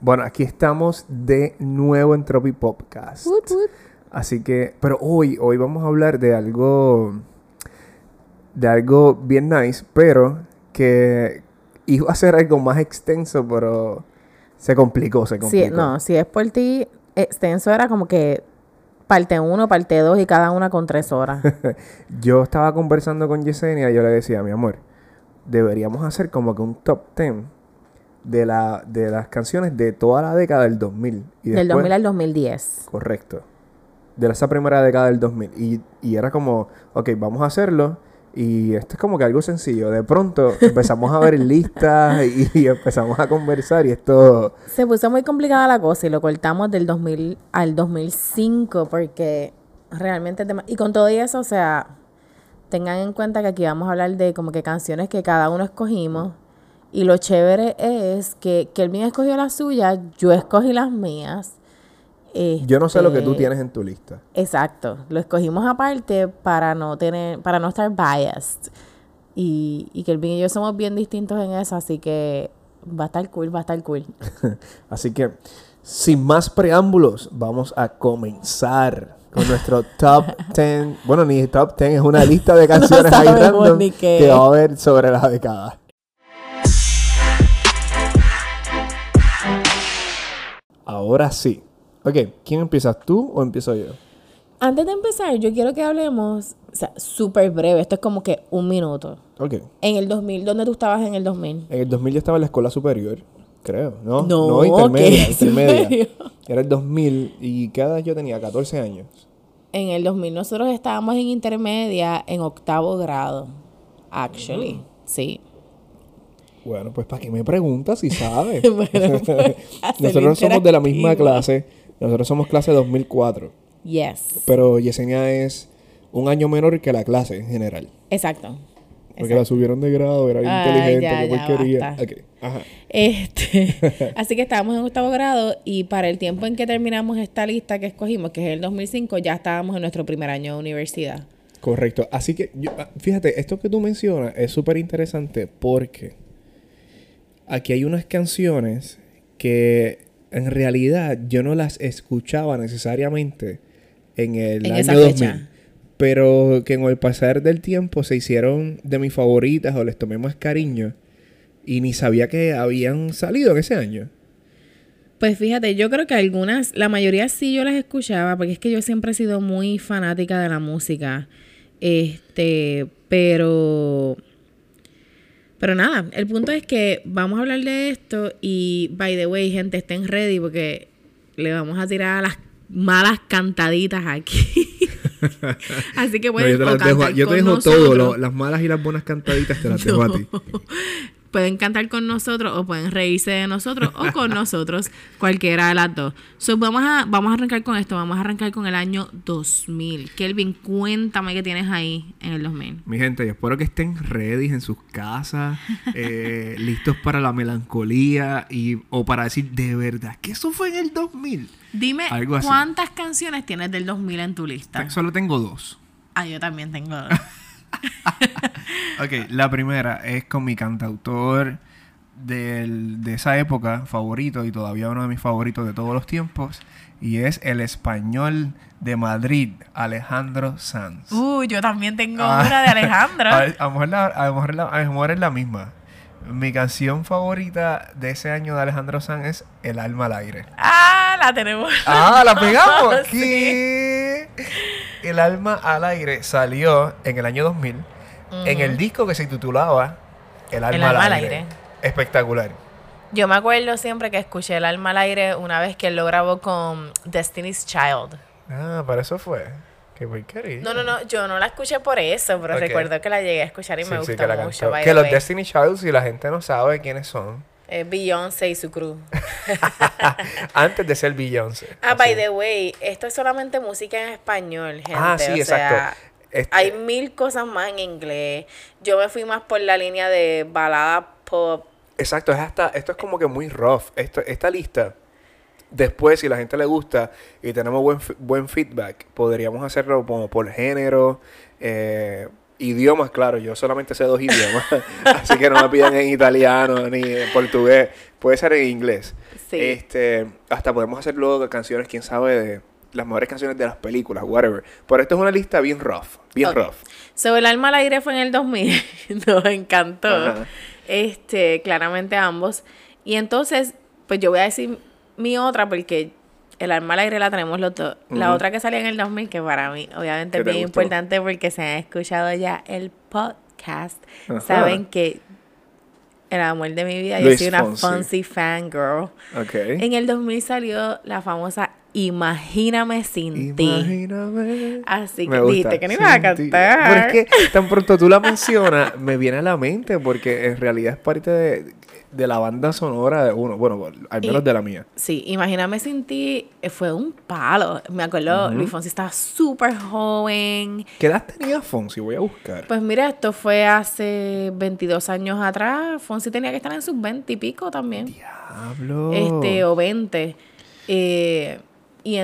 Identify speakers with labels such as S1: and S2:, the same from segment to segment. S1: Bueno, aquí estamos de nuevo en Tropi Podcast.
S2: Woot, woot.
S1: Así que, pero hoy, hoy vamos a hablar de algo, de algo bien nice, pero que iba a ser algo más extenso, pero se complicó, se complicó.
S2: Sí, no, si es por ti, extenso era como que parte uno, parte dos y cada una con tres horas.
S1: Yo estaba conversando con Yesenia y yo le decía, mi amor, deberíamos hacer como que un top 10 de, la, de las canciones de toda la década del 2000. Y
S2: Del
S1: después-
S2: 2000 al 2010.
S1: Correcto. De esa primera década del 2000. Y, y era como, ok, vamos a hacerlo. Y esto es como que algo sencillo. De pronto empezamos a ver listas y, y empezamos a conversar y esto...
S2: Se puso muy complicada la cosa y lo cortamos del 2000 al 2005 porque realmente... es dema- Y con todo y eso, o sea, tengan en cuenta que aquí vamos a hablar de como que canciones que cada uno escogimos. Y lo chévere es que, que el mío escogió las suyas, yo escogí las mías.
S1: Yo no sé lo que tú
S2: Este,
S1: tienes en tu lista.
S2: Exacto, lo escogimos aparte para no tener, para no estar biased. Y, y Kelvin y yo somos bien distintos en eso, así que va a estar cool, va a estar cool.
S1: Así que, sin más preámbulos, vamos a comenzar con nuestro top 10. Bueno, ni top 10, es una lista de canciones ahí
S2: sabemos
S1: random
S2: ni qué.
S1: que va a haber sobre la década. Ahora sí. Ok, ¿quién empiezas tú o empiezo yo?
S2: Antes de empezar, yo quiero que hablemos, o sea, súper breve, esto es como que un minuto.
S1: Ok,
S2: En el 2000, ¿dónde tú estabas en el 2000?
S1: en el 2000 yo estaba en la escuela superior, creo, ¿no?
S2: No,
S1: intermedia,
S2: ¿qué?
S1: intermedia.
S2: ¿Superior?
S1: Era el 2000 y cada edad yo tenía 14 años.
S2: En el 2000 nosotros estábamos en intermedia, en octavo grado, actually, sí.
S1: Bueno, pues para qué me preguntas si sabes.
S2: Bueno, pues, hacer
S1: Nosotros somos de la misma
S2: interactivo.
S1: clase. Nosotros somos clase 2004.
S2: Yes,
S1: Pero Yesenia es un año menor que la clase en general.
S2: exacto.
S1: Porque la subieron de grado, era bien
S2: Ay,
S1: inteligente,
S2: ya,
S1: qué
S2: ya,
S1: porquería.
S2: basta.
S1: Ok, ajá.
S2: Este, así que estábamos en octavo grado y para el tiempo en que terminamos esta lista que escogimos, que es el 2005, ya estábamos en nuestro primer año de universidad.
S1: Correcto. Así que, yo- ah, fíjate, esto que tú mencionas es súper interesante porque aquí hay unas canciones que en realidad yo no las escuchaba necesariamente en el
S2: En esa
S1: año 2000.
S2: fecha.
S1: Pero que con el pasar del tiempo se hicieron de mis favoritas o les tomé más cariño y ni sabía que habían salido en ese año.
S2: Pues fíjate, yo creo que algunas, la mayoría sí yo las escuchaba, porque es que yo siempre he sido muy fanática de la música. Este, pero. Pero nada, el punto es que vamos a hablar de esto y, by the way, gente, estén ready porque le vamos a tirar a las malas cantaditas aquí. Así que
S1: yo
S2: pueden o
S1: te, las dejo, a-
S2: cantar
S1: yo te
S2: con
S1: dejo todo,
S2: nosotros.
S1: lo- las malas y las buenas cantaditas te las dejo a ti.
S2: Pueden cantar con nosotros o pueden reírse de nosotros o con nosotros, cualquiera de las dos. So, vamos, a, vamos a arrancar con esto, vamos a arrancar con el año 2000. Kelvin, cuéntame qué tienes ahí en el 2000.
S1: Mi gente, yo espero que estén ready en sus casas, eh, listos para la melancolía y, o para decir, de verdad, que eso fue en el 2000.
S2: Dime
S1: Algo así. Pues-
S2: cuántas canciones tienes del 2000 en tu lista.
S1: Tan Solo tengo dos.
S2: Ah, yo también tengo. dos.
S1: Ok, la primera es con mi cantautor del- de esa época favorito y todavía uno de mis favoritos de todos los tiempos y es el español de Madrid, Alejandro Sanz.
S2: Uh, yo también tengo
S1: Ah.
S2: una de Alejandro.
S1: A, a lo mejor la- a lo mejor la- a lo mejor es la misma. Mi canción favorita de ese año de Alejandro Sanz es El alma al aire.
S2: Ah, la tenemos.
S1: ¡Ah, la pegamos!
S2: Sí.
S1: ¿Qué? El alma al aire salió en el año 2000 en el disco que se titulaba El alma, al,
S2: alma al
S1: aire.
S2: aire.
S1: Espectacular.
S2: Yo me acuerdo siempre que escuché El alma al aire una vez que él lo grabó con Destiny's Child.
S1: Ah, para eso fue. Qué porquería.
S2: No, no, no, yo no la escuché por eso, pero
S1: Ok.
S2: recuerdo que la llegué a escuchar y
S1: Sí,
S2: me
S1: sí,
S2: gustó
S1: que la
S2: mucho.
S1: cantó.
S2: by
S1: Que
S2: the
S1: los
S2: way.
S1: Destiny Child, si la gente no sabe quiénes son,
S2: Eh, Beyoncé y su crew.
S1: antes de ser Beyoncé.
S2: Ah, by
S1: Así.
S2: the way, esto es solamente música en español, gente.
S1: Ah, sí,
S2: o
S1: exacto.
S2: Sea,
S1: Este-
S2: hay mil cosas más en inglés. Yo me fui más por la línea de balada pop.
S1: Exacto, es hasta, esto es como que muy rough. Esto, esta lista, después, si la gente le gusta y tenemos buen, fe- buen feedback, podríamos hacerlo como por género, eh, Idiomas, claro, yo solamente sé dos idiomas, así que no me pidan en italiano ni en portugués, puede ser en inglés.
S2: Sí.
S1: Este, hasta podemos hacer luego canciones, quién sabe, de las mejores canciones de las películas, whatever. Pero esto es una lista bien rough, bien
S2: Ok.
S1: rough.
S2: Sobre el alma al aire fue en el 2000. Nos encantó.
S1: Ajá.
S2: Este, claramente ambos. Y entonces, pues yo voy a decir mi otra porque el alma al aire la tenemos los dos. La
S1: Ujú.
S2: otra que salió en el 2000, que para mí obviamente
S1: ¿Qué
S2: es
S1: te
S2: bien
S1: gustó?
S2: importante porque se han escuchado ya el podcast.
S1: Ajá.
S2: Saben que el amor de mi vida, yo
S1: Luis
S2: soy una
S1: Fonsi.
S2: Fonsi fangirl.
S1: Ok.
S2: En el 2000 salió la famosa Imagíname sin ti.
S1: Imagíname.
S2: Así
S1: Me
S2: que
S1: gusta.
S2: dijiste que no ibas a
S1: Sin ti.
S2: cantar.
S1: Pero es que tan pronto tú la mencionas, me viene a la mente porque en realidad es parte de, de la banda sonora de uno. Bueno, al menos
S2: Y-
S1: de la mía.
S2: Sí, Imagíname sin ti eh, fue un palo. Me acuerdo,
S1: Ujú.
S2: Luis Fonsi estaba súper joven.
S1: ¿Qué edad tenía Fonsi? Voy a buscar.
S2: Pues mira, esto fue hace 22 años atrás. Fonsi tenía que estar en sus 20 y pico también.
S1: Diablo.
S2: Este, o 20. Eh, y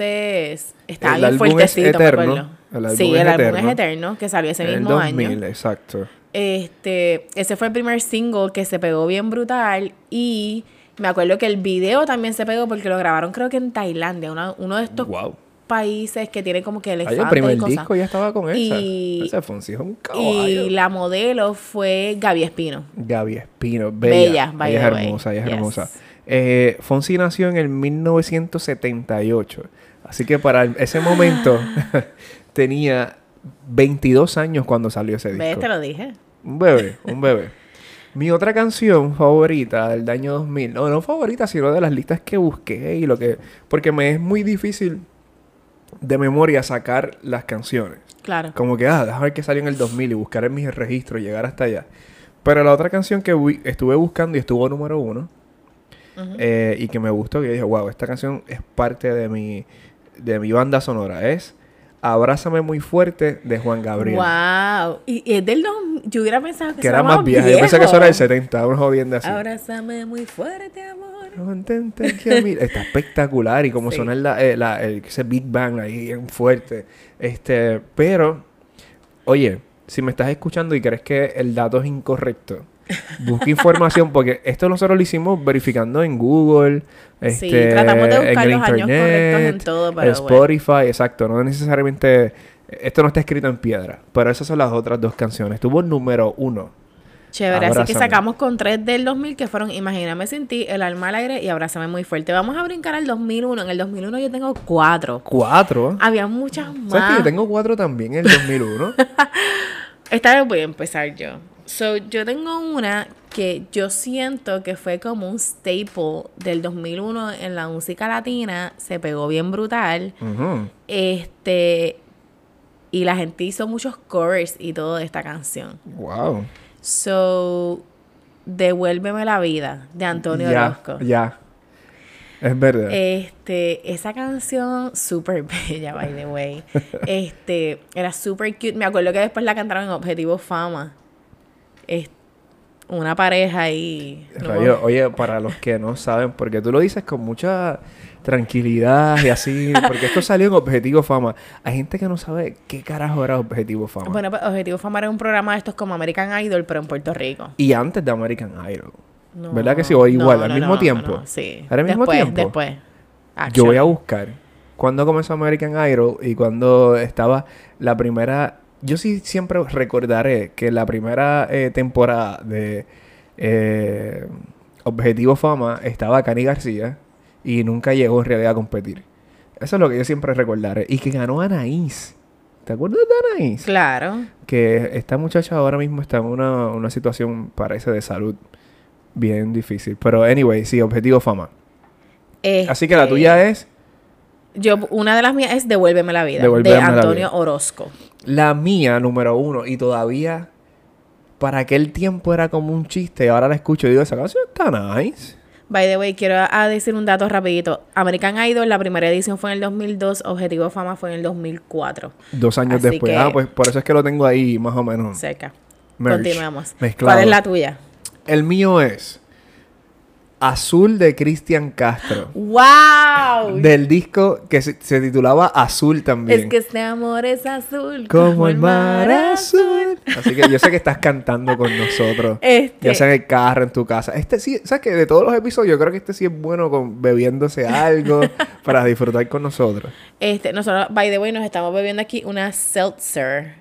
S2: entonces estaba
S1: El
S2: bien
S1: álbum es
S2: fuertecito, me
S1: eterno.
S2: acuerdo.
S1: El álbum
S2: sí,
S1: es
S2: el álbum
S1: eterno.
S2: es eterno, que salió ese
S1: en el
S2: mismo
S1: 2000,
S2: año.
S1: exacto.
S2: Este, ese fue el primer single que se pegó bien brutal y me acuerdo que el video también se pegó porque lo grabaron creo que en Tailandia, una- uno de estos
S1: Wow.
S2: países que tiene como que
S1: Ahí el
S2: elefantes y
S1: primer
S2: cosas.
S1: disco ya estaba con esa.
S2: Y-
S1: Ese Fonsi es un caballo.
S2: y la modelo fue Gaby Espino.
S1: Gaby Espino, bella.
S2: Bella, by
S1: ella
S2: the
S1: es
S2: way.
S1: hermosa, ella es
S2: Yes.
S1: hermosa. Eh, Fonsi nació en el 1978. Así que para el- ese momento tenía 22 años cuando salió ese
S2: ¿Ves?
S1: disco.
S2: Te este lo dije.
S1: Un bebé, un bebé. Mi otra canción favorita del año 2000, no, no favorita, sino de las listas que busqué y lo que... Porque me es muy difícil de memoria sacar las canciones.
S2: Claro.
S1: Como que, ah, déjame ver qué salió en el 2000 y buscar en mis registros y llegar hasta allá. Pero la otra canción que bu- estuve buscando y estuvo número uno
S2: Ujú.
S1: eh, y que me gustó, que dije, wow, esta canción es parte de mi, de mi banda sonora, es Abrázame muy fuerte de Juan Gabriel.
S2: Wow. Y, y es del dos, yo hubiera pensado que,
S1: Que era más vieja, yo pensé que eso era del 70, una jodienda así.
S2: Abrázame muy fuerte, amor.
S1: Contente que a mí- Está espectacular y como
S2: Sí.
S1: suena la, eh, la- el, ese Big Bang ahí bien fuerte. Este, pero, oye, si me estás escuchando y crees que el dato es incorrecto, busca información porque esto nosotros lo hicimos verificando en Google,
S2: Sí,
S1: este,
S2: tratamos de buscar
S1: en el
S2: los años correctos en
S1: Internet,
S2: todo,
S1: en
S2: pero bueno.
S1: Spotify, exacto. No necesariamente, esto no está escrito en piedra, pero esas son las otras dos canciones. Tuvo el número uno.
S2: Chévere, así que
S1: Abrázame.
S2: sacamos con tres del 2000 que fueron Imagíname sin ti, El alma al aire y Abrázame muy fuerte. Vamos a brincar al 2001. En el 2001 yo tengo cuatro.
S1: Cuatro.
S2: Había muchas
S1: ¿Sabes que
S2: Ah, más.
S1: yo tengo cuatro también en el 2001?
S2: Esta vez voy a empezar yo. So, yo tengo una que yo siento que fue como un staple del 2001 en la música latina. Se pegó bien brutal.
S1: Ujú.
S2: Este. Y la gente hizo muchos covers y todo de esta canción.
S1: Wow.
S2: So, Devuélveme la vida de Antonio
S1: ya,
S2: Orozco.
S1: ya. Es verdad.
S2: Este, esa canción, súper bella, by the way. Este, era súper cute. Me acuerdo que después la cantaron en Objetivo Fama. Es una pareja y. no me-
S1: Rayo, oye, para los que no saben, porque tú lo dices con mucha tranquilidad y así, porque esto salió en Objetivo Fama. Hay gente que no sabe qué carajo era Objetivo Fama.
S2: Bueno, pues Objetivo Fama era un programa de estos como American Idol, pero en Puerto Rico.
S1: y antes de American Idol.
S2: No,
S1: ¿Verdad que sí? O igual, al mismo tiempo.
S2: Sí.
S1: ¿Era al mismo
S2: después,
S1: tiempo?
S2: Después.
S1: Yo
S2: Action.
S1: voy a buscar cuándo comenzó American Idol y cuando estaba la primera. Yo sí siempre recordaré que la primera eh, temporada de eh, Objetivo Fama estaba Cani García y nunca llegó en realidad a competir. Eso es lo que yo siempre recordaré. Y que ganó Anaís. ¿Te acuerdas de Anaís?
S2: Claro.
S1: Que esta muchacha ahora mismo está en una, una situación, parece, de salud bien difícil. Pero, anyway, sí, Objetivo Fama. Así que la
S2: Este,
S1: tuya es.
S2: Yo, una de las mías es Devuélveme la vida.
S1: Devuélveme
S2: de
S1: la
S2: Antonio
S1: vida.
S2: Orozco.
S1: La mía, número uno, y todavía para aquel tiempo era como un chiste. Ahora la escucho y digo, esa canción está nice.
S2: By the way, quiero a- a decir un dato rapidito. American Idol, la primera edición fue en el 2002, Objetivo Fama fue en el 2004.
S1: Dos años
S2: Así
S1: después.
S2: que-
S1: Ah, pues por eso es que lo tengo ahí, más o menos.
S2: Cerca.
S1: Merge.
S2: Continuamos.
S1: Mezclado.
S2: ¿Cuál es la tuya?
S1: El mío es Azul de Cristian Castro.
S2: ¡Wow!
S1: Del disco que se, se titulaba Azul también.
S2: Es que este amor es azul.
S1: Como el mar azul. Así que yo sé que estás cantando con nosotros.
S2: Este.
S1: Ya sea en el carro, en tu casa. Este sí, ¿sabes que De todos los episodios, yo creo que este sí es bueno con bebiéndose algo para disfrutar con nosotros.
S2: Este, nosotros, by the way, nos estamos bebiendo aquí una seltzer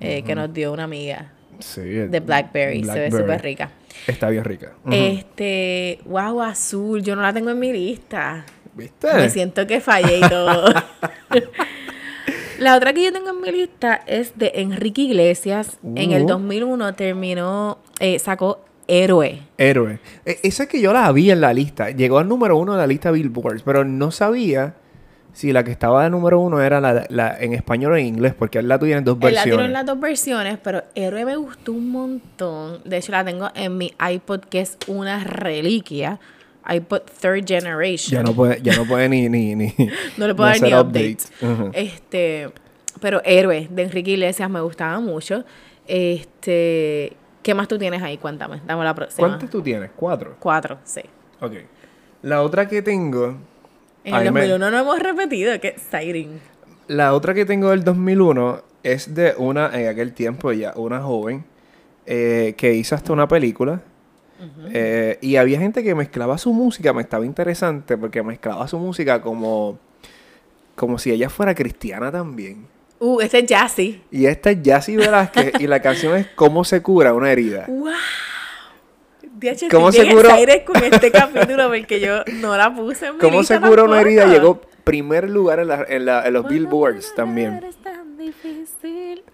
S2: eh, que nos dio una amiga
S1: Sí.
S2: de Blackberry. Se ve súper Eh, rica.
S1: Está bien rica. Ujú.
S2: Este, wow, azul, yo no la tengo en mi lista.
S1: Mm, ¿Viste?
S2: Me siento que fallé y todo. la otra que yo tengo en mi lista es de Enrique Iglesias. En el
S1: Uh.
S2: 2001 terminó, eh, sacó Héroe.
S1: Héroe. E- esa es que yo la vi en la lista. Llegó al número uno de la lista Billboard, pero no sabía si la que estaba de número uno era la, la- en español o en inglés, porque él la tuviera en dos
S2: Él la
S1: versiones.
S2: tiró en las dos versiones, pero Héroe me gustó un montón. De hecho, la tengo en mi iPod, que es una reliquia. iPod Third
S1: Ya
S2: Generation.
S1: no puede, ya no puede ni, ni, ni.
S2: No le puedo dar
S1: hacer
S2: ni updates.
S1: Ujú.
S2: Este, pero Héroe de Enrique Iglesias me gustaba mucho. Este, ¿qué más tú tienes ahí? Cuéntame, dame la próxima.
S1: ¿Cuántas tú tienes? Cuatro.
S2: Cuatro, sí.
S1: Ok. La otra que tengo.
S2: En
S1: Ay,
S2: el
S1: me-
S2: 2001 no hemos repetido, qué exciting.
S1: La otra que tengo del 2001 es de una, en aquel tiempo ya, una joven eh, que hizo hasta una película. Eh, y había gente que mezclaba su música, me estaba interesante porque mezclaba su música como, como si ella fuera cristiana también.
S2: Uh, este es Jazzy.
S1: Y esta es Yassi Velázquez y la canción es ¿Cómo se cura una herida?
S2: ¡Wow! DH,
S1: ¿Cómo
S2: estoy
S1: se
S2: bien
S1: curó?
S2: excited con este capítulo porque yo no la puse en mi
S1: ¿Cómo
S2: lista
S1: se cura una
S2: tampoco.
S1: herida? Llegó primer lugar en, la- en la- en los
S2: Cuando
S1: billboards
S2: amar
S1: también.
S2: es tan difícil.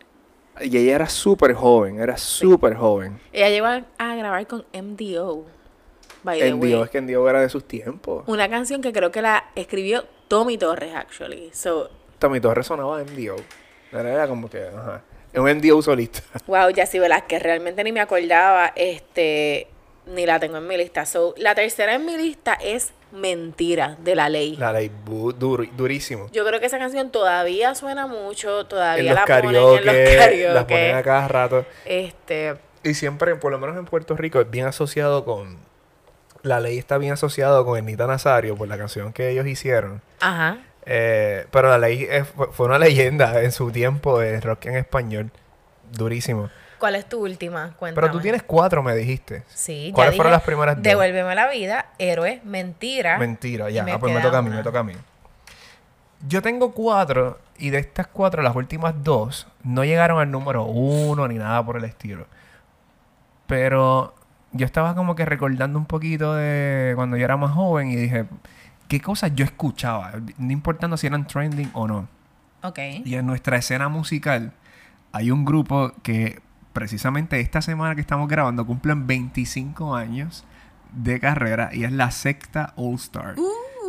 S1: Y ella era súper joven, era súper joven.
S2: Ella llegó a, a grabar con MDO. By the
S1: En
S2: way.
S1: Dios, es que en Dios era de sus tiempos.
S2: Una canción que creo que la escribió Tommy Torres, actually. So,
S1: Tommy Torres sonaba MDO. Era, era como que, ajá. Es un MDO solista.
S2: wow, Jazzy Velázquez, realmente ni me acordaba, este, ni la tengo en mi lista. So, la tercera en mi lista es Mentira, de la ley.
S1: La ley bu- duri- durísimo.
S2: Yo creo que esa canción todavía suena mucho, todavía
S1: en los
S2: la
S1: karaoke,
S2: ponen en los karaoke.
S1: las ponen a cada rato.
S2: Este,
S1: Y siempre, por lo menos en Puerto Rico, es bien asociado con. La ley está bien asociado con Ernita Nazario por la canción que ellos hicieron.
S2: ajá.
S1: Eh, pero la ley es- fue fue una leyenda en su tiempo de rock en español. Durísimo.
S2: ¿Cuál es tu última? Cuéntame.
S1: Pero tú tienes cuatro, me dijiste.
S2: Sí, ya
S1: ¿Cuáles fueron
S2: dije,
S1: las primeras dos?
S2: Devuélveme la vida, héroe, mentira.
S1: Mentira,
S2: Y
S1: ya.
S2: me
S1: Ah, pues me
S2: queda
S1: toca a mí,
S2: una.
S1: me toca a mí. Yo tengo cuatro y de estas cuatro, las últimas dos no llegaron al número uno ni nada por el estilo. Pero yo estaba como que recordando un poquito de cuando yo era más joven y dije, ¿qué cosas yo escuchaba? No importando si eran trending o no.
S2: ok.
S1: Y en nuestra escena musical hay un grupo que precisamente esta semana que estamos grabando cumplen 25 años de carrera y es la secta All Star.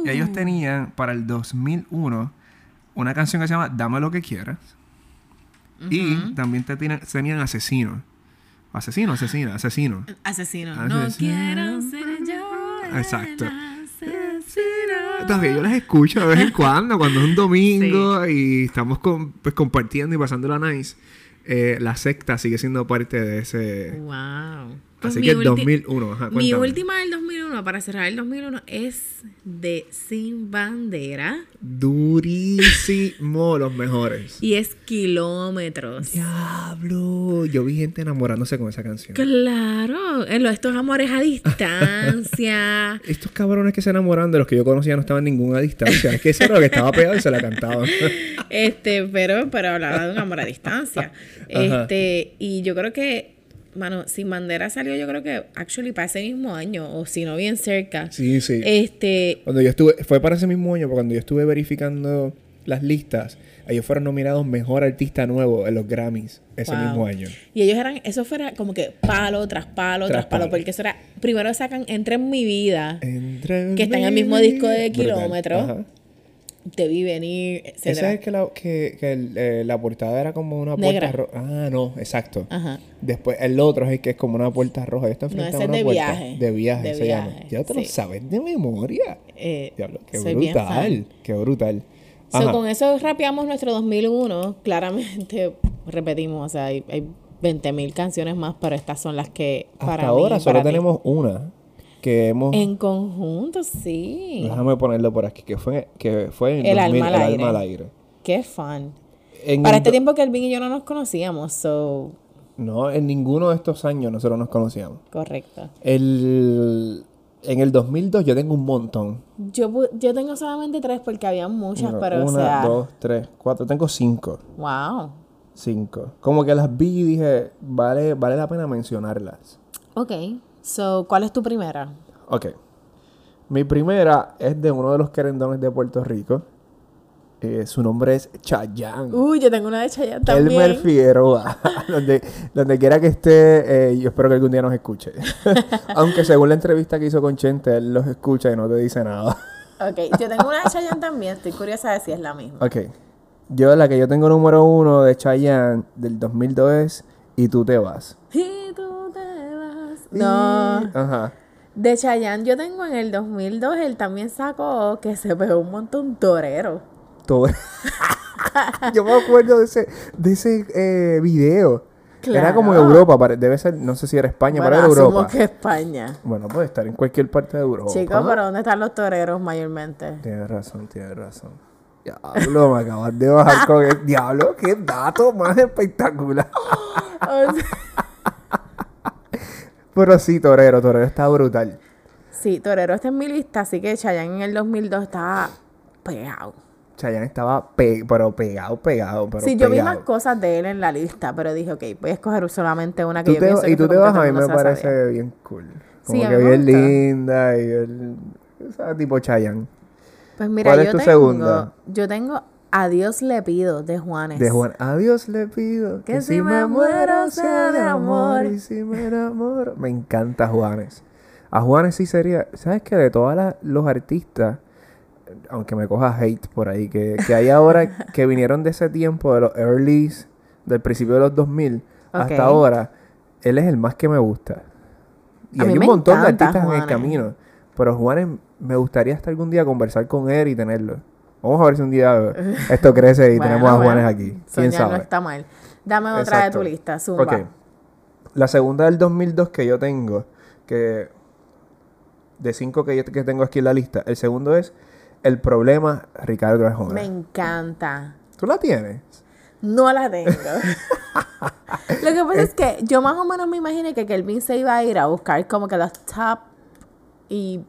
S1: Y ellos tenían para el 2001 una canción que se llama Dame lo que quieras. Y también te tienen- tenían Asesino. Asesino, asesino, asesino.
S3: Asesino.
S1: No quiero
S3: ser yo.
S1: Exacto. Todavía yo las escucho de vez en cuando, cuando es un domingo y estamos con- pues, compartiendo y pasándola nice. Eh, la secta sigue siendo parte de ese...
S3: Wow.
S1: Así que el 2001, ajá,
S3: Pues mi
S1: cuéntame.
S3: última del 2001, para cerrar el 2001, es de Sin Bandera
S1: Durísimo, los mejores.
S3: y es Kilómetros.
S1: Diablo, yo vi gente enamorándose con esa canción.
S3: Claro, en lo de estos amores a distancia.
S1: Estos cabrones que se enamoran de los que yo conocía no estaban en ninguna distancia. Es que eso era lo que estaba pegado y se la cantaban.
S3: este, pero, pero hablaba de un amor a distancia. Este, y yo creo que, mano, Sin Bandera salió, yo creo que actually para ese mismo año, o si no bien cerca.
S1: sí, sí.
S3: Este,
S1: Cuando yo estuve, fue para ese mismo año, porque cuando yo estuve verificando las listas, ellos fueron nominados Mejor Artista Nuevo en los Grammys ese
S3: Wow.
S1: mismo año.
S3: Y ellos eran, eso fuera como que palo tras palo tras,
S1: Tras
S3: palo,
S1: palo. Eh.
S3: porque eso era, primero sacan Entra en mi vida,
S1: Entre
S3: Que está en el
S1: mil-
S3: mismo disco de
S1: Brutal.
S3: Kilómetro,
S1: Ajá.
S3: Te vi venir,
S1: Esa
S3: etcétera.
S1: es que la, que, que el, eh, la portada era como una puerta
S3: Negra.
S1: roja. Ah, no, exacto.
S3: Ajá.
S1: Después, el otro es el que es como una puerta roja. Yo estoy
S3: No,
S1: enfrentando
S3: ese es
S1: una
S3: de
S1: puerta
S3: viaje.
S1: de viaje.
S3: De
S1: se llama.
S3: viaje,
S1: Ya te lo
S3: sí.
S1: sabes de memoria.
S3: Eh,
S1: Diablo, qué
S3: soy bien
S1: brutal.
S3: fan.
S1: Qué brutal.
S3: So,
S1: Ajá.
S3: con eso rapeamos nuestro 2001, claramente repetimos, o sea, hay, hay 20.000 canciones más, pero estas son las que para
S1: Hasta
S3: mí,
S1: ahora solo
S3: para ti.
S1: tenemos una, que hemos...
S2: En conjunto, sí.
S1: Déjame ponerlo por aquí, que fue, que fue en
S2: El alma
S1: 2000,
S2: al
S1: El
S2: aire.
S1: alma al aire.
S2: Qué fan.
S1: En
S2: Para
S1: el
S2: este
S1: do-
S2: tiempo que Alvin y yo no nos conocíamos, so.
S1: No, en ninguno de estos años nosotros nos conocíamos.
S2: Correcto.
S1: El... En el 2002 yo tengo un montón.
S2: Yo, pu- yo tengo solamente tres porque había muchas,
S1: Uno-
S2: pero
S1: una,
S2: o sea.
S1: dos, tres, cuatro. Tengo cinco.
S2: Wow.
S1: Cinco. Como que las vi y dije, vale, vale la pena mencionarlas.
S2: Ok. So, ¿cuál es tu primera?
S1: Ok. Mi primera es de uno de los querendones de Puerto Rico. Eh, su nombre es Chayanne.
S2: Uy, yo tengo una de Chayanne
S1: Elmer
S2: también.
S1: Figueroa. donde, donde quiera que esté, eh, yo espero que algún día nos escuche. Aunque según la entrevista que hizo con Chente, él los escucha y no te dice nada.
S2: Ok, yo tengo una de Chayanne también. Estoy curiosa de si es la misma.
S1: ok. Yo, la que yo tengo número uno de Chayanne del 2002 es Y tú te vas.
S2: Y tú te vas.
S1: Y-
S2: No.
S1: Ajá.
S2: De Chayanne yo tengo en el 2002, él también sacó que se pegó un montón torero.
S1: Todo. Yo me acuerdo de ese, de ese eh, video. Era como
S2: Claro.
S1: Europa, pare- debe ser, no sé si era España,
S2: Bueno,
S1: pero era
S2: asumo
S1: Europa.
S2: que España.
S1: Bueno, puede estar en cualquier parte de Europa.
S2: Chicos, pero ¿dónde están los toreros mayormente?
S1: Tienes razón, tienes razón. Diablo, me acabas de bajar con el diablo. Qué dato más espectacular.
S2: O sea,
S1: Pero sí, Torero, Torero está brutal.
S2: sí, torero está en mi lista, así que Chayanne en el 2002 estaba pegado.
S1: Chayanne estaba pe- pero pegado, pegado, pero
S2: sí, yo vi más
S1: pegado.
S2: cosas de él en la lista, pero dije, ok, voy a escoger solamente una que
S1: Tú
S2: yo
S1: te-
S2: pienso que
S1: y tú
S2: seguro
S1: te vas,
S2: todo
S1: a
S2: el
S1: mí me
S2: mundo se la
S1: parece
S2: sabía.
S1: bien cool. Como
S2: Sí, a
S1: que
S2: mí me
S1: bien
S2: gusta.
S1: linda y bien... o sea, tipo Chayanne.
S2: Pues mira,
S1: ¿Cuál es
S2: yo
S1: tu
S2: tengo,
S1: segunda?
S2: Yo tengo A Dios le pido de Juanes.
S1: De Juan, a Dios le pido que, si me muero sea de amor y si me enamoro. Me encanta Juanes. A Juanes sí sería, ¿sabes qué? De todos los artistas, aunque me coja hate por ahí, que, que hay ahora que vinieron de ese tiempo, de los earlys, del principio de los 2000
S2: Ok.
S1: hasta ahora, él es el más que me gusta. Y
S2: A
S1: hay
S2: mí
S1: un
S2: me
S1: montón de
S2: encanta
S1: artistas en el
S2: Juanes.
S1: camino. Pero Juanes, me gustaría hasta algún día conversar con él y tenerlo. Vamos a ver si un día esto crece y
S2: Bueno,
S1: tenemos a Juanes
S2: bueno,
S1: aquí.
S2: soñar
S1: ¿Quién
S2: no
S1: sabe?
S2: está mal. Dame otra
S1: Exacto.
S2: de tu lista, Zumba.
S1: Ok. La segunda del 2002 que yo tengo, que de cinco que yo que tengo aquí en la lista, el segundo es El problema Ricardo Arjona.
S2: Me encanta.
S1: ¿Tú la tienes?
S2: No la tengo. Lo que pasa es que yo más o menos me imaginé que Kelvin se iba a ir a buscar como que los top y,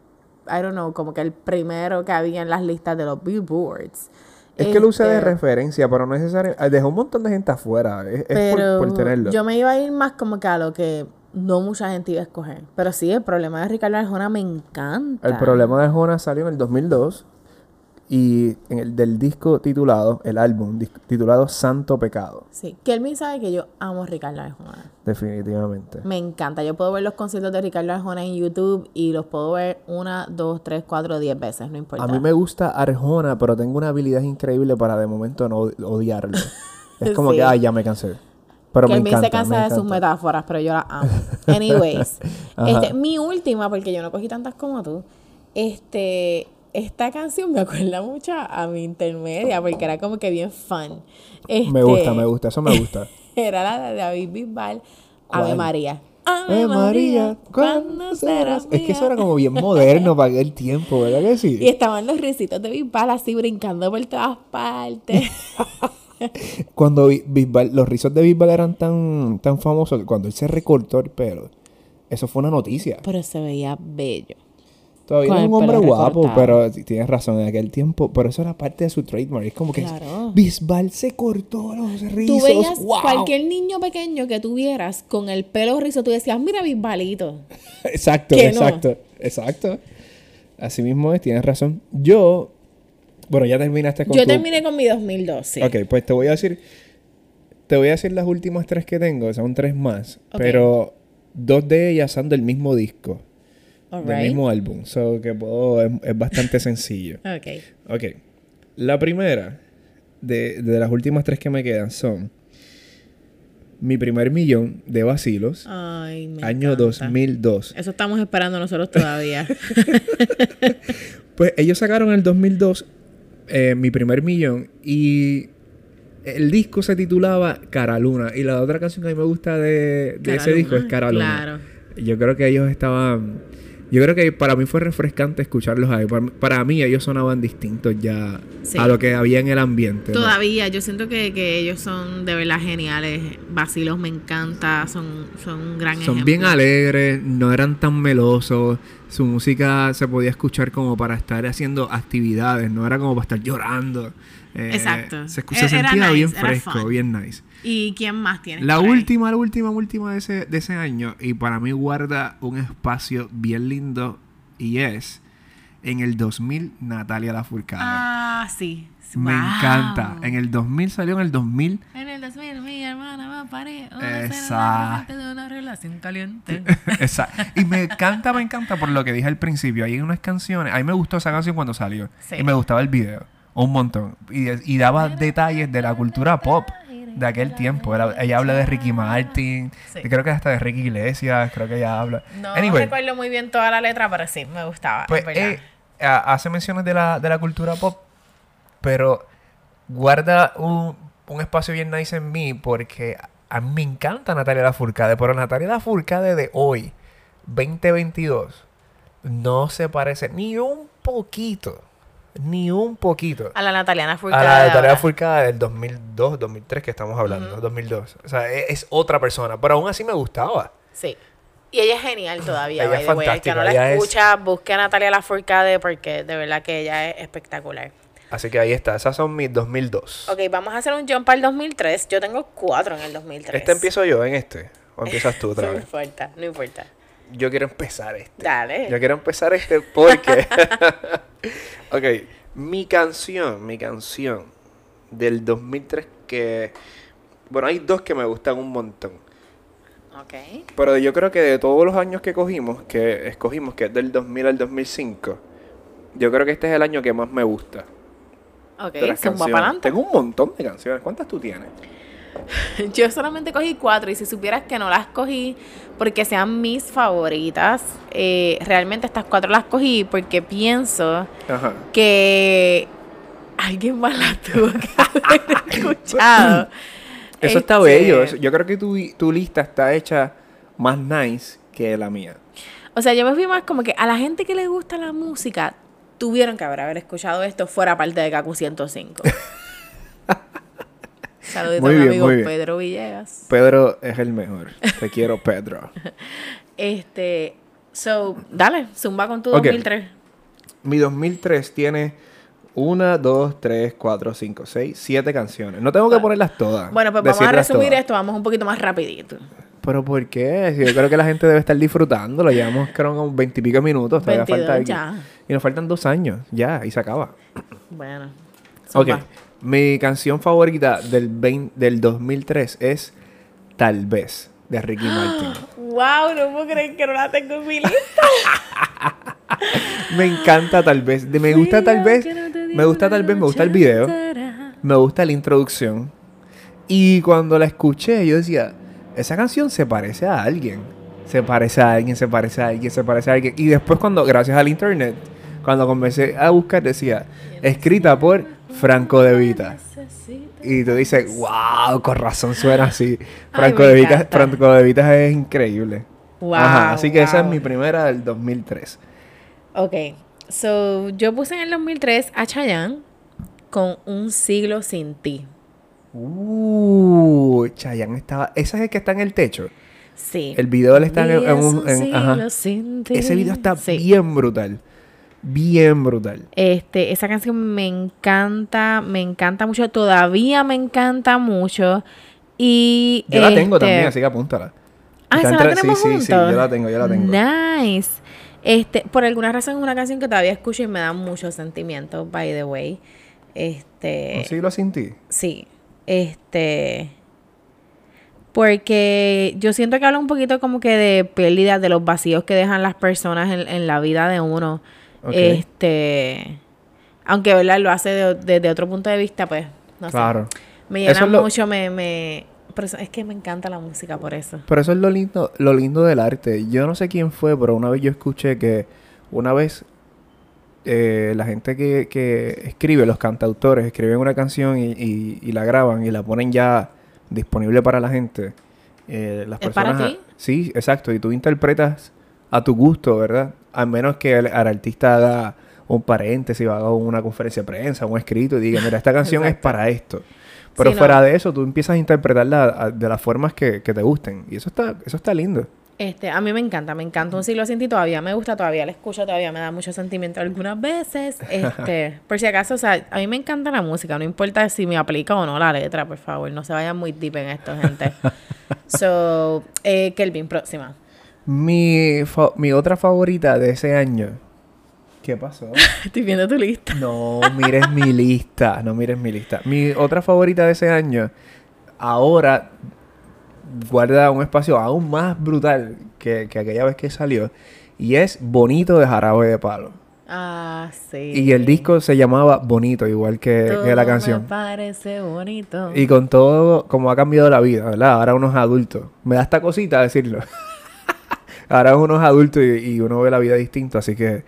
S2: I don't know, como que el primero que había en las listas de los billboards.
S1: Es que lo usé de
S2: Este,
S1: referencia, pero no es necesario. ah, Dejó un montón de gente afuera. Es, es por-
S2: Pero
S1: por, tenerlo.
S2: yo me iba a ir más como que a lo que no mucha gente iba a escoger. Pero sí, el problema de Ricardo Arjona me encanta.
S1: El problema de Jonas salió en el 2002 y en el del disco titulado, el álbum dis- titulado Santo Pecado,
S2: Sí, Kelvin sabe que yo amo a Ricardo Arjona.
S1: definitivamente.
S2: Me encanta. Yo puedo ver los conciertos de Ricardo Arjona en YouTube y los puedo ver una, dos, tres, cuatro, diez veces, no importa.
S1: A mí me gusta Arjona, pero tengo una habilidad increíble para de momento no od- odiarlo. es como
S2: Sí.
S1: que, ay, ya me cansé. Pero me
S2: Kelvin
S1: encanta.
S2: se cansa
S1: me
S2: de sus
S1: encanta.
S2: metáforas, pero yo la amo. Anyways, este, mi última, porque yo no cogí tantas como tú. Este, esta canción me acuerda mucho a mi intermedia, porque era como que bien fun.
S1: Me gusta,
S2: Este,
S1: me gusta, eso me gusta.
S2: Era la de David Bisbal, Ave
S1: ¿Cuál?
S2: María.
S1: Eh,
S2: Ave ¿cuándo serás
S1: Es que eso
S2: mía?
S1: era como bien moderno para aquel tiempo, ¿verdad que sí?
S2: Y estaban los risitos de Bisbal así brincando por todas partes.
S1: Cuando Bi- Bisbal- los rizos de Bisbal eran tan, tan famosos, cuando él se recortó el pelo, eso fue una noticia.
S2: Pero se veía bello.
S1: Todavía
S2: Con
S1: era
S2: el
S1: un hombre
S2: pelo
S1: guapo,
S2: recortado.
S1: pero t- tienes razón, en aquel tiempo, pero eso era parte de su trademark. Es como que
S2: Claro.
S1: Bisbal se cortó los rizos.
S2: Tú veías
S1: ¡Wow!
S2: cualquier niño pequeño que tuvieras con el pelo rizo, tú decías, mira Bisbalito.
S1: Exacto,
S2: que no.
S1: exacto, exacto. Así mismo es, tienes razón. Yo, bueno, ya terminaste con
S2: Yo
S1: tu-
S2: terminé con mi 2012.
S1: Ok, pues te voy a decir, te voy a decir las últimas tres que tengo, son tres más,
S2: Ok.
S1: pero dos de ellas son del mismo disco, del
S2: Alright.
S1: mismo álbum, so que puedo, es, es bastante sencillo.
S2: Ok.
S1: Ok, la primera de, de las últimas tres que me quedan son Mi primer millón de vacilos,
S2: Ay, Ah, me
S1: año
S2: encanta.
S1: 2002.
S2: Eso estamos esperando nosotros todavía.
S1: Pues ellos sacaron en el 2002 eh, Mi Primer Millón y el disco se titulaba Cara Luna y la otra canción que a mí me gusta de, de
S2: Cara
S1: ese disco es
S2: Luna,
S1: Cara Luna.
S2: claro.
S1: Yo creo que ellos estaban Yo creo que para mí fue refrescante escucharlos ahí. Para, para mí ellos sonaban distintos ya
S3: Sí.
S1: a lo que había en el ambiente. ¿no?
S3: Todavía, yo siento que, que ellos son de verdad geniales. Basilos me encanta, son, son un gran
S1: Son
S3: ejemplo.
S1: bien alegres, no eran tan melosos. Su música se podía escuchar como para estar haciendo actividades, no era como para estar llorando. Eh,
S3: Exacto.
S1: Se, escu- se
S3: Era- era
S1: sentía
S3: nice,
S1: bien
S3: era
S1: fresco,
S3: fun.
S1: bien nice.
S3: ¿Y quién más tiene?
S1: La última, la última, última de ese, de ese año, y para mí guarda un espacio bien lindo, y es en el 2000 Natalia Lafourcade.
S3: Ah, sí.
S1: Me
S3: Wow.
S1: encanta. En el 2000 salió, en el 2000
S3: En el 2000, mi hermana va a parir.
S1: Exacto.
S3: de una relación caliente.
S1: Exacto. Y me encanta, me encanta por lo que dije al principio. Hay unas canciones. A mí me gustó esa canción cuando salió.
S3: Sí.
S1: Y me gustaba el video. Un montón. Y, y daba detalles de la cultura pop de aquel tiempo. Era- ella habla de Ricky Martin.
S3: Sí.
S1: y creo que hasta de Ricky Iglesias. Creo que ella habla.
S3: No
S1: Anyway,
S3: recuerdo muy bien toda la letra, pero sí, me gustaba.
S1: pues,
S3: es verdad.
S1: eh, a- hace menciones de la, de la cultura pop. Pero guarda un, un espacio bien nice en mí porque a mí me encanta Natalia Lafourcade, pero Natalia Lafourcade de hoy, 2022, no se parece ni un poquito, ni un poquito
S2: A la Nataliana fue
S1: a la Natalia Lafourcade del 2002, 2003 que estamos hablando, 2002. O sea, e, es, es otra persona, pero aún así me gustaba.
S2: Sí. Y ella es genial todavía.
S1: Ella
S2: by
S1: es
S2: the way. El que
S1: fantástica,
S2: no la
S1: ella es-
S2: escucha, busque a Natalia Lafourcade porque de verdad que ella es espectacular.
S1: Así que ahí está, esas son mis 2002.
S2: Ok, vamos a hacer un jump al 2003. Yo tengo cuatro en el 2003.
S1: ¿Este empiezo yo en este? ¿O empiezas tú otra
S2: No
S1: vez?
S2: importa, no importa.
S1: Yo quiero empezar este.
S2: Dale.
S1: Yo quiero empezar este porque. ok, mi canción, mi canción del 2003 que. Bueno, hay dos que me gustan un montón.
S2: Ok.
S1: Pero yo creo que de todos los años que cogimos, que escogimos, que es del 2000 al 2005, yo creo que este es el año que más me gusta.
S2: Ok,
S1: de las
S2: zumba
S1: canciones.
S2: pa'lante.
S1: Tengo un montón de canciones. ¿Cuántas tú tienes?
S2: Yo solamente cogí cuatro y si supieras que no las cogí porque sean mis favoritas, eh, realmente estas cuatro las cogí porque pienso
S1: Ajá.
S2: que alguien más las tuvo que haber escuchado.
S1: Eso está
S2: Este,
S1: bello. eso- Yo creo que tu, tu lista está hecha más nice que la mía.
S2: O sea, yo me fui más como que a la gente que le gusta la música tuvieron que haber, haber escuchado esto fuera parte de KQ 105. Saludito
S1: Muy
S2: a mi
S1: bien,
S2: amigo
S1: muy bien.
S2: Pedro Villegas.
S1: Pedro es el mejor. Te quiero, Pedro.
S2: Este, so, dale, zumba con tu
S1: Ok.
S2: 2003.
S1: Mi 2003 tiene 1, 2, 3, 4, 5, 6, 7 canciones. No tengo que ponerlas todas.
S2: Ah. Bueno, pues vamos a
S1: decirlas
S2: resumir
S1: todas.
S2: esto, vamos un poquito más rapidito.
S1: Pero ¿por qué? Si Yo creo que la gente debe estar disfrutando. Lo llevamos, creo, como 20 y pico minutos. Todavía
S2: 22
S1: falta algo.
S2: ya.
S1: Y nos faltan dos años. Ya, y se acaba.
S2: Bueno.
S1: Ok.
S2: zumba.
S1: Mi canción favorita del, 20 del 2003 es Tal vez, de Ricky Martin.
S2: Wow, no puedo creer que no la tengo en mi lista.
S1: Me encanta tal vez. de- me gusta tal vez. Me gusta tal vez. Me gusta el video. Me gusta la introducción. Y cuando la escuché, yo decía, esa canción se parece a alguien. Se parece a alguien, se parece a alguien, se parece a alguien. Y después cuando, gracias al internet, cuando comencé a buscar, decía, escrita por Franco De Vita. Y tú dices, wow, con razón suena así. Franco,
S2: me
S1: de, Vita,
S2: encanta.
S1: Franco de Vita es increíble.
S2: Wow,
S1: Ajá, así que esa es
S2: wow.
S1: mi primera del 2003.
S2: Ok. So, yo puse en el 2003 a Chayanne con Un siglo sin ti.
S1: Uh, Chayanne estaba. Esa es el que está en el techo.
S2: Sí.
S1: El video él está en, en
S2: Vivías
S1: un. en-
S2: siglo
S1: ajá.
S2: sin ti.
S1: Ese video está
S2: Sí.
S1: bien brutal. Bien brutal.
S2: Este, esa canción me encanta, me encanta mucho, todavía me encanta mucho. Y
S1: Yo la tengo
S2: este,
S1: también, así que apúntala.
S2: Ah,
S1: Está
S2: esa
S1: entre-
S2: la tenemos
S1: sí, sí, sí,
S2: juntos?
S1: yo la tengo, yo la tengo.
S2: Nice. Este, por alguna razón es una canción que todavía escucho y me da mucho sentimiento, by the way. Este,
S1: Un siglo sin ti.
S2: sí. Este, porque yo siento que habla un poquito como que de pérdida, de los vacíos que dejan las personas en, en la vida de uno.
S1: Ok.
S2: Este, aunque ¿verdad? lo hace de- desde otro punto de vista, pues, no sé.
S1: claro.
S2: Me
S1: Eso
S2: llena
S1: es lo-
S2: mucho, me, me... por eso- es que me encanta la música por eso.
S1: Pero eso es lo lindo, lo lindo del arte. Yo no sé quién fue, pero una vez yo escuché que una vez eh, la gente que, que escribe, los cantautores, escriben una canción y, y- y la graban y la ponen ya disponible para la gente. Eh, las
S2: ¿Es para
S1: personas-
S2: ti?
S1: Sí, exacto. Y tú interpretas a tu gusto, ¿verdad? A menos que el, al artista haga un paréntesis o haga una conferencia de prensa, un escrito y diga, mira, esta canción es para esto. Pero
S2: Sí, no.
S1: fuera de eso, tú empiezas a interpretarla a- de las formas que, que te gusten. Y eso está, eso está lindo.
S2: Este, a mí me encanta, me encanta un siglo sin ti, todavía me gusta, todavía la escucho, todavía me da mucho sentimiento algunas veces. Este, por si acaso, o sea, a mí me encanta la música, no importa si me aplica o no la letra, por favor, no se vayan muy deep en esto, gente. So, eh, Kelvin, próxima.
S1: Mi, fa- mi otra favorita de ese año. ¿Qué pasó?
S2: Estoy viendo tu lista.
S1: No mires mi lista, no mires mi lista. Mi otra favorita de ese año, ahora guarda un espacio aún más brutal que, que aquella vez que salió, y es Bonito de Jarabe de Palo.
S2: Ah, sí.
S1: Y el disco se llamaba Bonito, igual que, que
S2: Todo
S1: la
S2: me
S1: canción.
S2: parece bonito.
S1: Y con todo, como ha cambiado la vida, ¿verdad? Ahora uno es adulto. Me da esta cosita decirlo. Ahora uno es adulto y, y uno ve la vida distinto, así que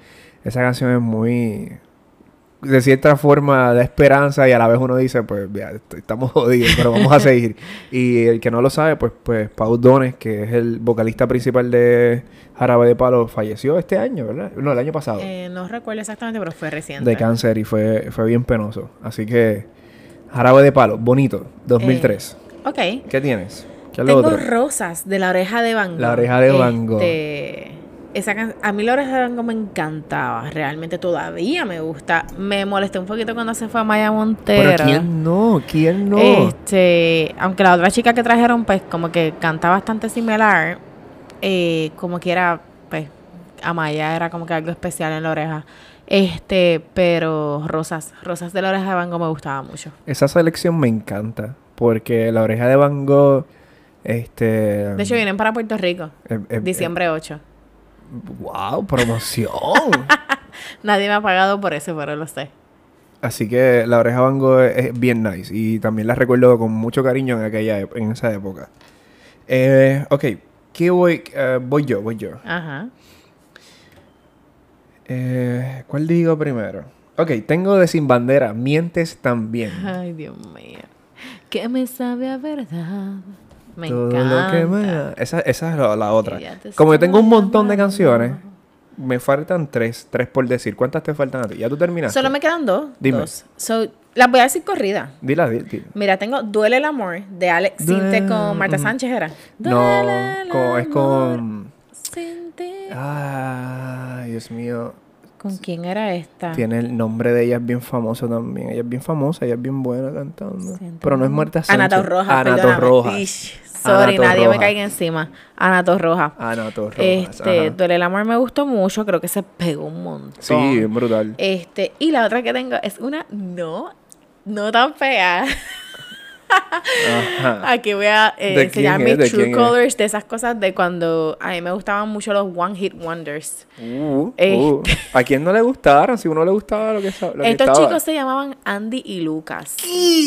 S1: esa canción es muy... De cierta forma da esperanza y a la vez uno dice, pues ya, est- estamos jodidos, pero vamos a seguir. y el que no lo sabe, pues, pues Pau Dones, que es el vocalista principal de Jarabe de Palo, falleció este año, ¿verdad? No, el año pasado
S2: Eh, no recuerdo exactamente, pero fue reciente.
S1: de cáncer y fue, fue bien penoso. Así que Jarabe de Palo, bonito, 2003.
S2: Ok.
S1: ¿Qué tienes? ¿Qué es lo
S2: Tengo
S1: otro?
S2: rosas de la oreja de Van Gogh.
S1: La oreja de Van Gogh.
S2: Este, esa can- a mí la oreja de Van Gogh me encantaba. Realmente todavía me gusta. Me molesté un poquito cuando se fue a Maya Montero.
S1: Pero ¿quién no? ¿Quién no?
S2: Este, aunque la otra chica que trajeron, pues, como que canta bastante similar, eh, como que era, pues, Amaya era como que algo especial en la oreja. Este, pero Rosas, Rosas de la oreja de Van Gogh me gustaba mucho.
S1: Esa selección me encanta. Porque la oreja de Van Gogh, este...
S2: De hecho, vienen para Puerto Rico,
S1: eh, eh,
S2: diciembre 8.
S1: eh, wow, promoción.
S2: Nadie me ha pagado por eso, pero lo sé.
S1: Así que la oreja Van Gogh es, es bien nice. Y también la recuerdo con mucho cariño en aquella ep- en esa época. Eh, ok, ¿qué voy? eh, voy yo, voy yo.
S2: Ajá.
S1: Eh, ¿Cuál digo primero? Ok, tengo de Sin Bandera, Mientes también.
S2: Ay, Dios mío. Que me sabe a verdad. Me
S1: Todo
S2: encanta.
S1: lo que me da- Esa, esa es la, la otra.
S2: Que ya te
S1: Como yo tengo un
S2: estoy
S1: montón de
S2: amando.
S1: canciones, me faltan tres, tres por decir. ¿Cuántas te faltan a ti? ¿Ya tú terminaste?
S2: Solo me quedan dos.
S1: Dime.
S2: Dos. So, las voy a decir corrida.
S1: Dila, di- di-
S2: Mira, tengo Duele el amor de Alex Sinte
S1: Duele-
S2: con Marta
S1: ujú.
S2: Sánchez, ¿era?
S1: No,
S2: Duele el
S1: co- es
S2: amor
S1: con... Ah,
S2: sin ti.
S1: Ay, Dios mío.
S2: ¿Con quién era esta?
S1: Tiene el nombre de ella, es bien famoso también. Ella es bien famosa, ella es bien buena cantando.
S2: Siento
S1: Pero no es
S2: amor.
S1: Marta Sánchez.
S2: Anato Rojas.
S1: Anato
S2: perdóname.
S1: Rojas.
S2: Ish, sorry,
S1: Anato
S2: nadie
S1: Rojas.
S2: me caiga encima. Anato Rojas.
S1: Anato Rojas.
S2: Este,
S1: ajá.
S2: Duele el amor me gustó mucho, creo que se pegó un montón.
S1: Sí, bien brutal.
S2: Este, y la otra que tengo es una no, no tan fea.
S1: Ajá.
S2: Aquí voy a eh,
S1: Ah. ¿De
S2: enseñar
S1: quién es?
S2: mis
S1: ¿De
S2: True
S1: quién es?
S2: Colors de esas cosas de cuando a mí me gustaban mucho los One Hit Wonders.
S1: Uh, uh.
S2: Este-
S1: ¿A quién no le gustaron? Si uno le gustaba lo que, sa- lo que
S2: Estos
S1: estaba.
S2: chicos se llamaban Andy y Lucas.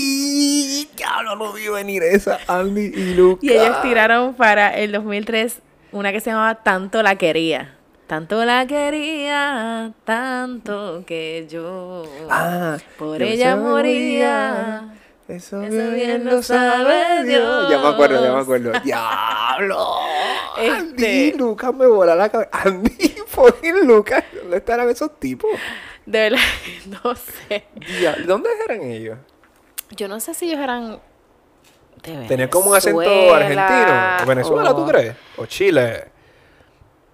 S1: ¡Y! Diablo, no vi venir esa Andy y Lucas.
S2: Y ellos tiraron para el 2003 una que se llamaba Tanto la quería. Tanto la quería, tanto que yo
S1: Ah,
S2: por
S1: yo
S2: ella
S1: me
S2: moría.
S1: Eso,
S2: Eso
S1: bien,
S2: bien
S1: lo
S2: lo
S1: sabe
S2: sabe
S1: Dios. Ya me acuerdo, ya me
S2: Dios.
S1: acuerdo. ¡Diablo! Andy y
S2: Este-
S1: Lucas me vola la cabeza. Andy y Lucas. ¿Dónde estarán esos tipos?
S2: De verdad, no sé.
S1: Diablo, ¿Dónde eran ellos?
S2: Yo no sé si ellos eran. de
S1: ¿Tenían como un acento
S2: Venezuela, Oh.
S1: argentino? ¿O Venezuela, tú
S2: o-
S1: crees? ¿O Chile?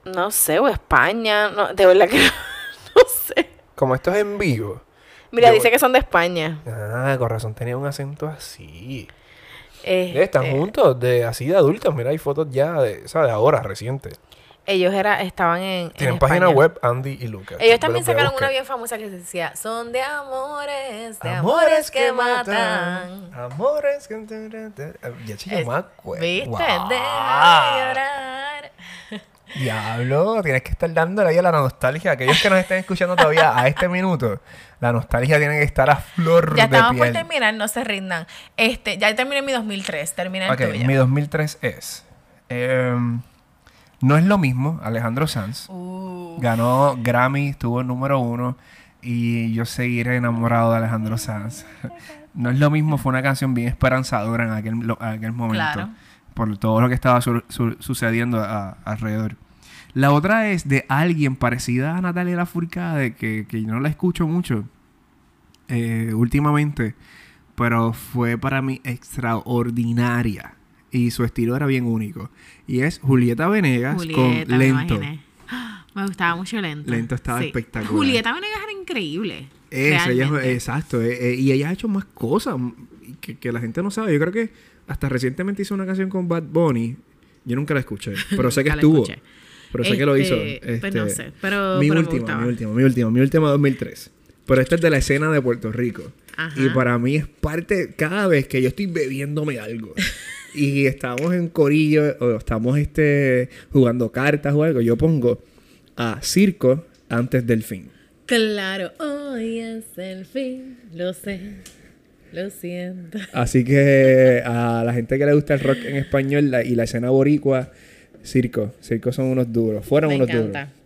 S2: No sé, o España. No, de verdad que no, no sé.
S1: Como esto es en vivo.
S2: Mira,
S1: Yo-
S2: dice que son de España.
S1: Ah, con razón tenía un acento así.
S2: Este,
S1: Eh, Están juntos, de, así de adultos. Mira, hay fotos ya de, o sea, de ahora, recientes.
S2: Ellos era, estaban en. en
S1: Tienen
S2: España.
S1: página web Andy y Lucas.
S2: Ellos
S1: Bueno, voy
S2: también
S1: a
S2: sacaron una
S1: buscar.
S2: bien famosa que decía: Son de amores, de amores que matan.
S1: Amores que... Ya chica,
S2: Es-
S1: me acuerdo.
S2: ¿Viste?
S1: Guau.
S2: Deja de llorar.
S1: Diablo, tienes que estar dándole ahí a la nostalgia. Aquellos que nos estén escuchando todavía a este minuto, la nostalgia tiene que estar a flor
S2: Ya
S1: de
S2: estamos por
S1: piel.
S2: terminar, no se rindan. Este, ya terminé mi 2003, terminé el
S1: Ok,
S2: tuyo.
S1: mi 2003 es... em, no es lo mismo Alejandro Sanz.
S2: Uh,
S1: Ganó Grammy, estuvo número uno. Y yo seguiré enamorado de Alejandro Sanz. No es lo mismo, fue una canción bien esperanzadora en aquel, lo- en aquel momento.
S2: Claro.
S1: Por todo lo que estaba sur- sur- sucediendo a- alrededor. La otra es de alguien parecida a Natalia Lafourcade, que, que yo no la escucho mucho eh, últimamente, pero fue para mí extraordinaria. Y su estilo era bien único. Y es Julieta Venegas
S4: Julieta,
S1: con
S4: me
S1: Lento.
S4: imaginé. ¡Ah! Me gustaba mucho Lento.
S1: Lento estaba espectacular.
S4: Julieta Venegas era increíble.
S1: Eso, ella es-
S4: realmente.
S1: exacto. eh, eh, y ella ha hecho más cosas que, que la gente no sabe. Yo creo que hasta recientemente hizo una canción con Bad Bunny. Yo nunca la escuché, pero sé que
S4: Nunca la
S1: estuvo.
S4: escuché.
S1: Pero sé que lo hizo.
S4: Este, pues no sé, pero-
S1: mi,
S4: pero me
S1: última,
S4: gustaba.
S1: mi última, mi última, mi última 2003. Pero esta es de la escena de Puerto Rico.
S4: Ajá.
S1: Y para mí es parte, cada vez que yo estoy bebiéndome algo y estamos en corillo o estamos este, jugando cartas o algo, yo pongo a circo antes del fin.
S2: Claro, hoy es el fin, lo sé, lo siento.
S1: Así que eh, a la gente que le gusta el rock en español la- y la escena boricua, circo. Circo son unos duros. Fueron
S2: Me
S1: unos
S2: encanta.
S1: duros.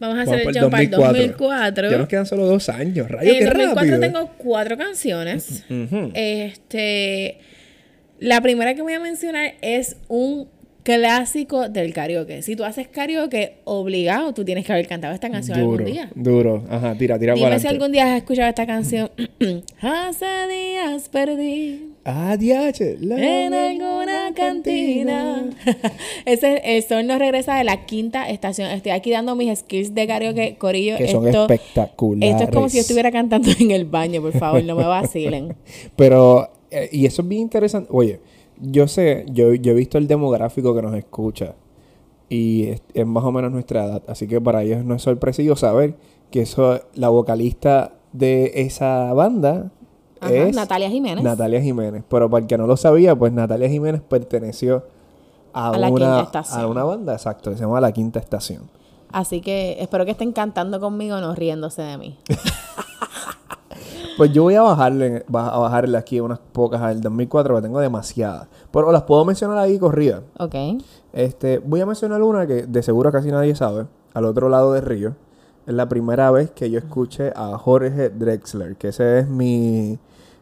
S2: Vamos a
S1: Vamos
S2: hacer
S1: por
S2: el jump al 2004.
S1: Ya nos quedan solo dos años. Rayo,
S2: En
S1: qué
S2: el 2004
S1: rápido.
S2: tengo cuatro canciones.
S1: Ujú.
S2: Este, la primera que voy a mencionar es un clásico del karaoke. Si tú haces karaoke, obligado, tú tienes que haber cantado esta canción
S1: Duro,
S2: algún día.
S1: duro. Ajá, tira, tira para
S2: Dime si
S1: adelante.
S2: algún día has escuchado esta canción. Hace días perdí
S1: Ah, diache. La-
S2: en alguna cantina. Ese, el sol nos regresa de la quinta estación. Estoy aquí dando mis skills de karaoke, Corillo.
S1: Que son
S2: esto,
S1: espectaculares.
S2: Esto es como si yo estuviera cantando en el baño, por favor, no me vacilen.
S1: Pero, eh, y eso es bien interesante. Oye, yo sé, yo, yo he visto el demográfico que nos escucha. Y es, es más o menos nuestra edad. Así que para ellos no es sorpresivo saber que eso, la vocalista de esa banda
S2: Ajá,
S1: es
S2: Natalia Jiménez.
S1: Natalia Jiménez. Pero para el que no lo sabía, pues Natalia Jiménez perteneció a,
S2: A la
S1: una,
S2: Quinta Estación.
S1: a una banda, exacto, que se llama La Quinta Estación.
S2: Así que espero que estén cantando conmigo, no riéndose de mí.
S1: Pues yo voy a bajarle, ba- a bajarle aquí unas pocas al 2004, que tengo demasiadas. Pero las puedo mencionar ahí corridas.
S2: Ok.
S1: Este, voy a mencionar una que de seguro casi nadie sabe, al otro lado del río. Es la primera vez que yo escuché a Jorge Drexler, que ese es mi,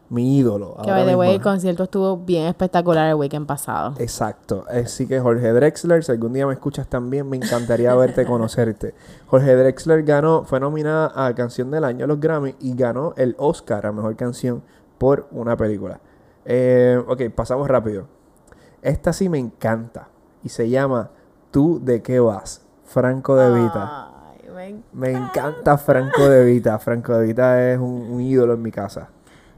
S1: mi ídolo.
S2: Que
S1: ahora
S2: by the way, el
S1: mismo.
S2: concierto estuvo bien espectacular el weekend pasado.
S1: Exacto. Así que Jorge Drexler, si algún día me escuchas también, me encantaría verte, conocerte. Jorge Drexler ganó, fue nominada a Canción del Año a los Grammy y ganó el Oscar a Mejor Canción por una película. Eh, ok, pasamos rápido. Esta sí me encanta y se llama ¿Tú de qué vas? Franco de
S2: Ah.
S1: Vita.
S2: Ay, me-
S1: Me encanta Franco de Vita. Franco de Vita es un, un ídolo en mi casa.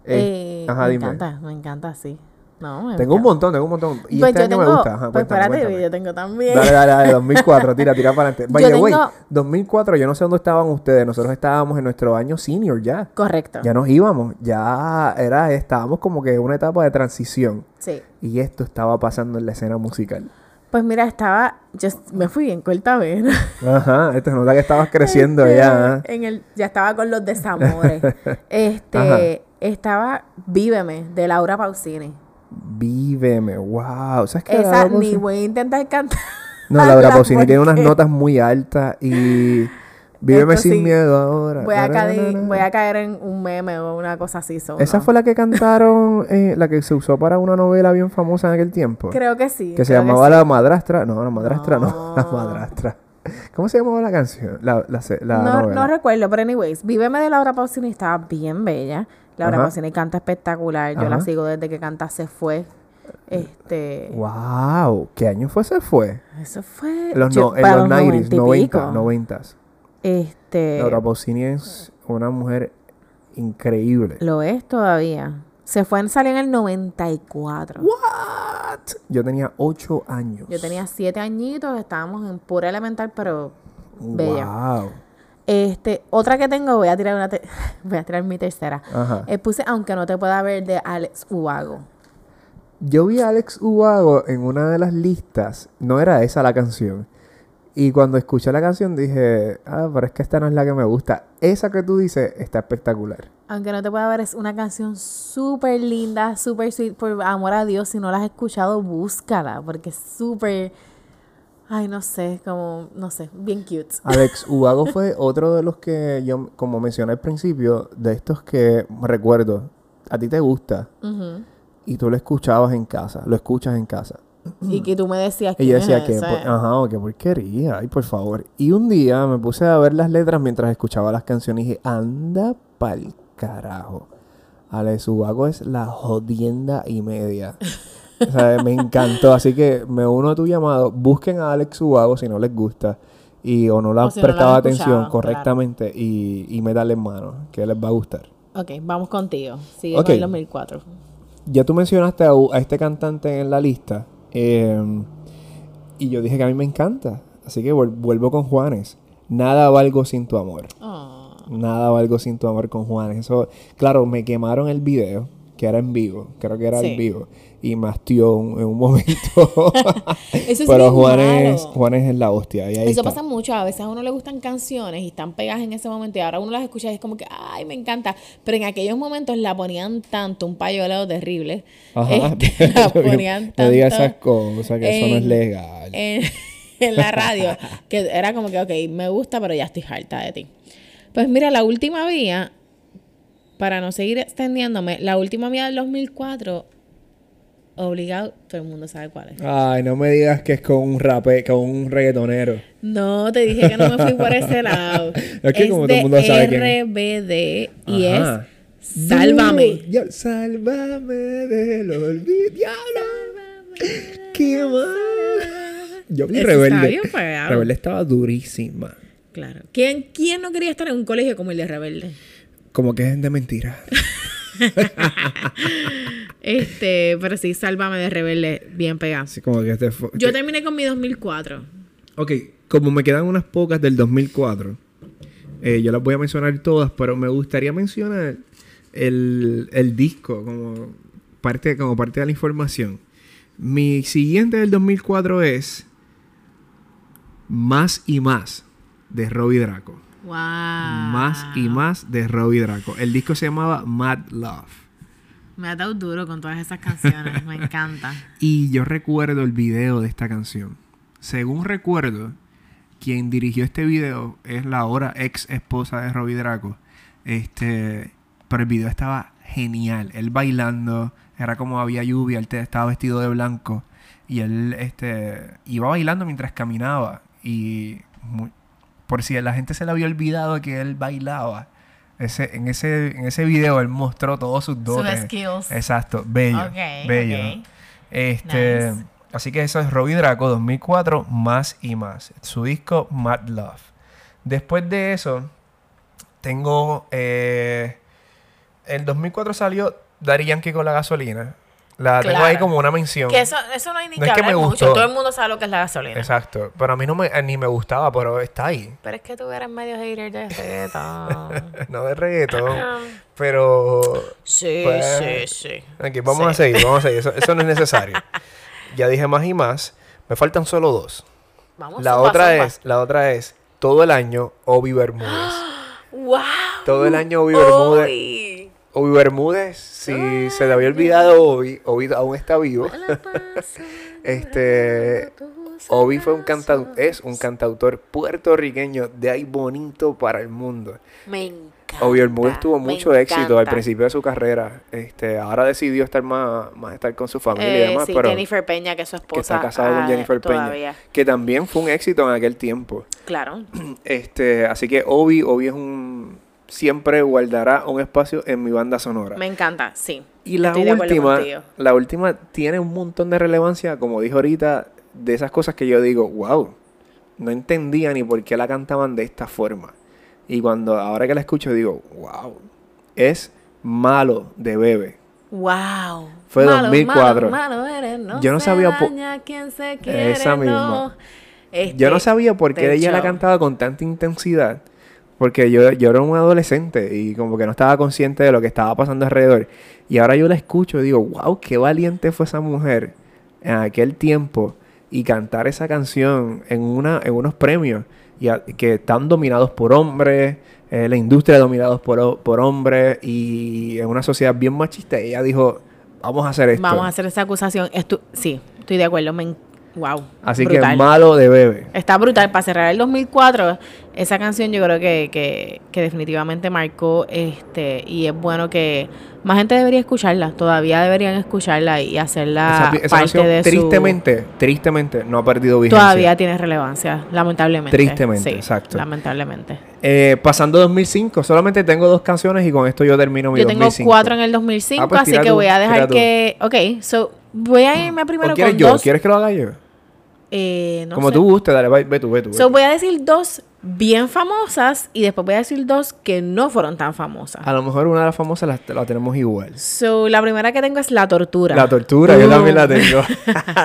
S1: Eh,
S2: eh,
S1: ajá,
S2: me
S1: dime.
S2: encanta, me encanta, sí. No, me
S1: Tengo un
S2: encanta.
S1: montón, tengo un montón. Y
S2: Pues
S1: este
S2: yo
S1: año
S2: tengo,
S1: me gusta. Ajá,
S2: pues
S1: cuéntame,
S2: espérate,
S1: cuéntame.
S2: yo tengo también.
S1: Dale, dale, dale, 2004, tira, tira para adelante. By
S2: Yo
S1: the way,
S2: tengo-
S1: 2004, yo no sé dónde estaban ustedes, nosotros estábamos en nuestro año senior ya.
S2: Correcto.
S1: Ya nos íbamos, ya era, estábamos como que en una etapa de transición.
S2: Sí.
S1: Y esto estaba pasando en la escena musical.
S2: Pues mira, estaba, yo me fui bien corta vena.
S1: Ajá, esto se nota que estabas creciendo
S2: Este,
S1: ya. ¿eh?
S2: En el, ya estaba con los desamores. este,
S1: Ajá.
S2: estaba Víveme de Laura Pausini.
S1: Víveme, wow. ¿Sabes qué?
S2: Esa
S1: Laura
S2: ni
S1: Pausini?
S2: voy a intentar cantar.
S1: No, Laura
S2: La
S1: Pausini tiene
S2: porque
S1: unas notas muy altas y Víveme
S2: Esto
S1: sin
S2: sí.
S1: miedo ahora.
S2: Voy a, caer,
S1: Tararara.
S2: voy a caer en un meme o una cosa así. so,
S1: Esa
S2: no.
S1: fue la que cantaron, eh, la que se usó para una novela bien famosa en aquel tiempo.
S2: Creo que sí.
S1: Que se
S2: creo
S1: llamaba La Madrastra. No, la madrastra no. La
S2: No.
S1: madrastra. ¿Cómo se llamaba la canción? La, la, se- la
S2: no,
S1: novela.
S2: no recuerdo, pero anyways, Víveme de Laura Pausini estaba bien bella. Laura
S1: Ajá.
S2: Pausini canta espectacular. Yo la
S1: Ajá.
S2: sigo desde que canta Se Fue. Este,
S1: ¡Wow! ¿Qué año fue ese fue?
S2: eso fue
S1: Los
S2: yo-
S1: no- en
S2: para
S1: los 90s,
S2: 90 y
S1: 90,
S2: pico.
S1: 90.
S2: Este,
S1: Laura Pausini es una mujer increíble.
S2: Lo es todavía. Se fue, en- salió en el 94.
S1: ¿What? Yo tenía 8 años.
S2: Yo tenía siete añitos, estábamos en pura elemental, pero bella.
S1: ¡Wow!
S2: Este, otra que tengo, voy a tirar una te- voy a tirar mi tercera.
S1: Ajá.
S2: Eh, puse Aunque no te pueda ver de Alex Ubago.
S1: Yo vi a Alex Ubago en una de las listas. No era esa la canción. Y cuando escuché la canción dije, ah, pero es que esta no es la que me gusta. Esa que tú dices está espectacular.
S2: Aunque no te pueda ver es una canción súper linda, súper sweet. Por amor a Dios, si no la has escuchado, búscala, porque es súper... Ay, no sé, como, no sé, bien cute.
S1: Alex Ubago fue otro de los que yo, como mencioné al principio, de estos que recuerdo, a ti te gusta
S2: Ujú.
S1: y tú lo escuchabas en casa, lo escuchas en casa.
S2: Y que tú me decías que
S1: Y yo decía que, pues, ajá, o qué porquería, ay, por favor. Y un día me puse a ver las letras mientras escuchaba las canciones y dije, anda pa'l carajo. Ale Subaco es la jodienda y media. O sea, me encantó. Así que me uno a tu llamado. Busquen a Alex Subago si no les gusta. Y o no le
S2: O
S1: han
S2: si no la
S1: prestado
S2: han escuchado,
S1: atención
S2: claro.
S1: correctamente. Y, y métanle en mano, que les va a gustar.
S2: Ok, vamos contigo. Sigue
S1: ah. Ok.
S2: con el 2004.
S1: Ya tú mencionaste a, a este cantante en la lista. eh, y yo dije que a mí me encanta. Así que vuel- vuelvo con Juanes. Nada valgo sin tu amor.
S2: Oh,
S1: Nada valgo sin tu amor con Juanes. Eso, claro, me quemaron el video, que era en vivo. Creo que era
S2: Sí.
S1: en vivo. Y me hastió un- en un momento.
S2: Eso es
S1: Pero
S2: bien
S1: Juanes,
S2: malo.
S1: Juanes es la hostia. Y ahí
S2: Eso
S1: está.
S2: pasa mucho, a veces a uno le gustan canciones y están pegadas en ese momento y ahora uno las escucha y es como que, ay, me encanta. Pero en aquellos momentos la ponían tanto, un payoleo terrible.
S1: Ajá.
S2: Este, la ponían tanto. Eh,
S1: no digas esas cosas, que eso no es
S2: en-
S1: legal.
S2: En, en la radio, que era como que, ok, me gusta, pero ya estoy harta de ti. Pues mira, la última vía, para no seguir extendiéndome, la última vía del 2004, obligado, todo el mundo sabe cuál es.
S1: Ay, no me digas que es con un rape, con un reggaetonero.
S2: No, te dije que no me fui por ese lado.
S1: Es que como todo el mundo sabe quién es.
S2: RBD y
S1: Ajá.
S2: es Sálvame.
S1: Dios, ya- sálvame del olvido. Diablo. Qué mal. Yo vi
S3: Eso está
S1: Rebelde.
S3: bien pegado.
S1: Rebelde estaba durísima.
S3: Claro.
S2: ¿Quién, ¿Quién no quería estar en un colegio como el de Rebelde?
S1: Como que es de mentira.
S3: Este, pero sí, Sálvame de Rebelde, bien pegado.
S1: Así como que este fue.
S2: Yo terminé con mi 2004.
S1: Ok, como me quedan unas pocas del 2004, eh, yo las voy a mencionar todas, pero me gustaría mencionar el, el disco como parte, como parte de la información. Mi siguiente del 2004 es Más y Más de Robbie Draco.
S2: Wow.
S1: Más
S2: Ah.
S1: y Más de Robbie Draco. El disco se llamaba Mad Love.
S2: Me ha dado duro con todas esas canciones. Me encanta.
S1: Y yo recuerdo el video de esta canción. Según recuerdo, quien dirigió este video es la ahora ex esposa de Robbie Draco. Este, pero el video estaba genial. Él bailando, era como había lluvia, él te- estaba vestido de blanco. Y él este, iba bailando mientras caminaba. Y mu- por si a la gente se le había olvidado que él bailaba. Ese, en, ese, en ese video él mostró todos sus dotes.
S2: skills.
S1: Exacto, bello.
S2: Ok,
S1: bello.
S2: ok.
S1: Este,
S2: Nice.
S1: Así que eso es Robbie Draco 2004, más y más. Su disco Mad Love. Después de eso, tengo. Eh, el 2004 salió Daddy Yankee con la gasolina. La tengo
S2: Claro.
S1: ahí como una mención.
S2: Que eso, eso no hay ni
S1: No
S2: que
S1: es que me
S2: hablar mucho.
S1: gustó.
S2: Todo el mundo sabe lo que es la gasolina.
S1: Exacto. Pero a mí no me, eh, ni me gustaba, pero está ahí.
S2: Pero es que tú eres medio hater de reggaetón.
S1: no de reggaetón.
S2: Ah.
S1: pero.
S2: Sí,
S1: Pues,
S2: sí, sí.
S1: Ok, vamos a seguir, vamos a seguir. Eso, eso no es necesario. ya dije más y más. Me faltan solo dos.
S2: Vamos
S1: La
S2: zumba,
S1: otra
S2: zumba.
S1: es, la otra es todo el año Obi Bermúdez.
S2: ¡Wow!
S1: Todo el año Obi Bermúdez.
S2: Uy.
S1: Obi Bermúdez, si se le había olvidado Obi, Obi aún está vivo. este Obi fue un cantau- es un cantautor puertorriqueño de ahí bonito para el mundo.
S2: Me encanta.
S1: Obi Bermúdez tuvo
S2: me
S1: mucho éxito al
S2: encanta.
S1: principio de su carrera. Este, ahora decidió estar más, más estar con su familia y
S2: Eh,
S1: demás,
S2: sí,
S1: pero
S2: Jennifer Peña, que es su esposa.
S1: que está casado con
S2: ah,
S1: Jennifer
S2: todavía.
S1: Peña, que también fue un éxito en aquel tiempo.
S2: Claro.
S1: Este, así que Obi, Obi es un siempre guardará un espacio en mi banda sonora.
S2: Me encanta, sí.
S1: y la
S2: estoy de acuerdo
S1: última,
S2: contigo.
S1: la última tiene un montón de relevancia, como dije ahorita, de esas cosas que yo digo, wow, no entendía ni por qué la cantaban de esta forma. Y cuando ahora que la escucho digo, wow, es malo de bebé.
S2: ¡Wow!
S1: Fue 2004.
S2: Malo, malo eres, no
S1: Yo no
S2: se
S1: sabía po-
S2: daña quien se quiere,
S1: Esa misma.
S2: no. Este,
S1: Yo no sabía por qué
S2: de
S1: ella la
S2: hecho-
S1: cantaba con tanta intensidad. Porque yo, yo era un adolescente y como que no estaba consciente de lo que estaba pasando alrededor. Y ahora yo la escucho y digo, wow, qué valiente fue esa mujer en aquel tiempo y cantar esa canción en, una, en unos premios y a- que están dominados por hombres, eh, la industria dominados por, ho- por hombres y en una sociedad bien machista. Y ella dijo, vamos a hacer esto.
S2: Vamos a hacer esa acusación. Estu- sí, estoy de acuerdo. Me en- Wow.
S1: Así
S2: brutal.
S1: que malo de bebé.
S2: Está brutal. Para cerrar el 2004, esa canción yo creo que, que, que definitivamente marcó este y es bueno que más gente debería escucharla. Todavía deberían escucharla y hacerla
S1: Esa- esa
S2: Ah, parte
S1: canción,
S2: de su...
S1: tristemente, tristemente, no ha perdido vigencia.
S2: Todavía tiene relevancia, lamentablemente.
S1: Tristemente,
S2: Sí,
S1: exacto.
S2: Lamentablemente.
S1: Eh, pasando 2005, solamente tengo dos canciones y con esto yo termino mi
S2: Yo tengo
S1: 2005.
S2: cuatro en el 2005,
S1: Ah, pues
S2: así
S1: tira
S2: que
S1: tú,
S2: voy a
S1: tira
S2: dejar
S1: tú.
S2: que... Ok, so voy a irme primero
S1: ¿O quieres
S2: con
S1: yo?
S2: dos...
S1: ¿Quieres que lo haga yo?
S2: eh, no
S1: Como
S2: sé.
S1: tú gustes, dale, va- ve tú, ve tú. ve
S2: So pues-
S1: tú.
S2: voy a decir dos bien famosas y después voy a decir dos que no fueron tan famosas.
S1: A lo mejor una de las famosas la, la tenemos igual.
S2: So, la primera que tengo es La Tortura.
S1: La tortura, yo también la
S2: Boom.
S1: tengo.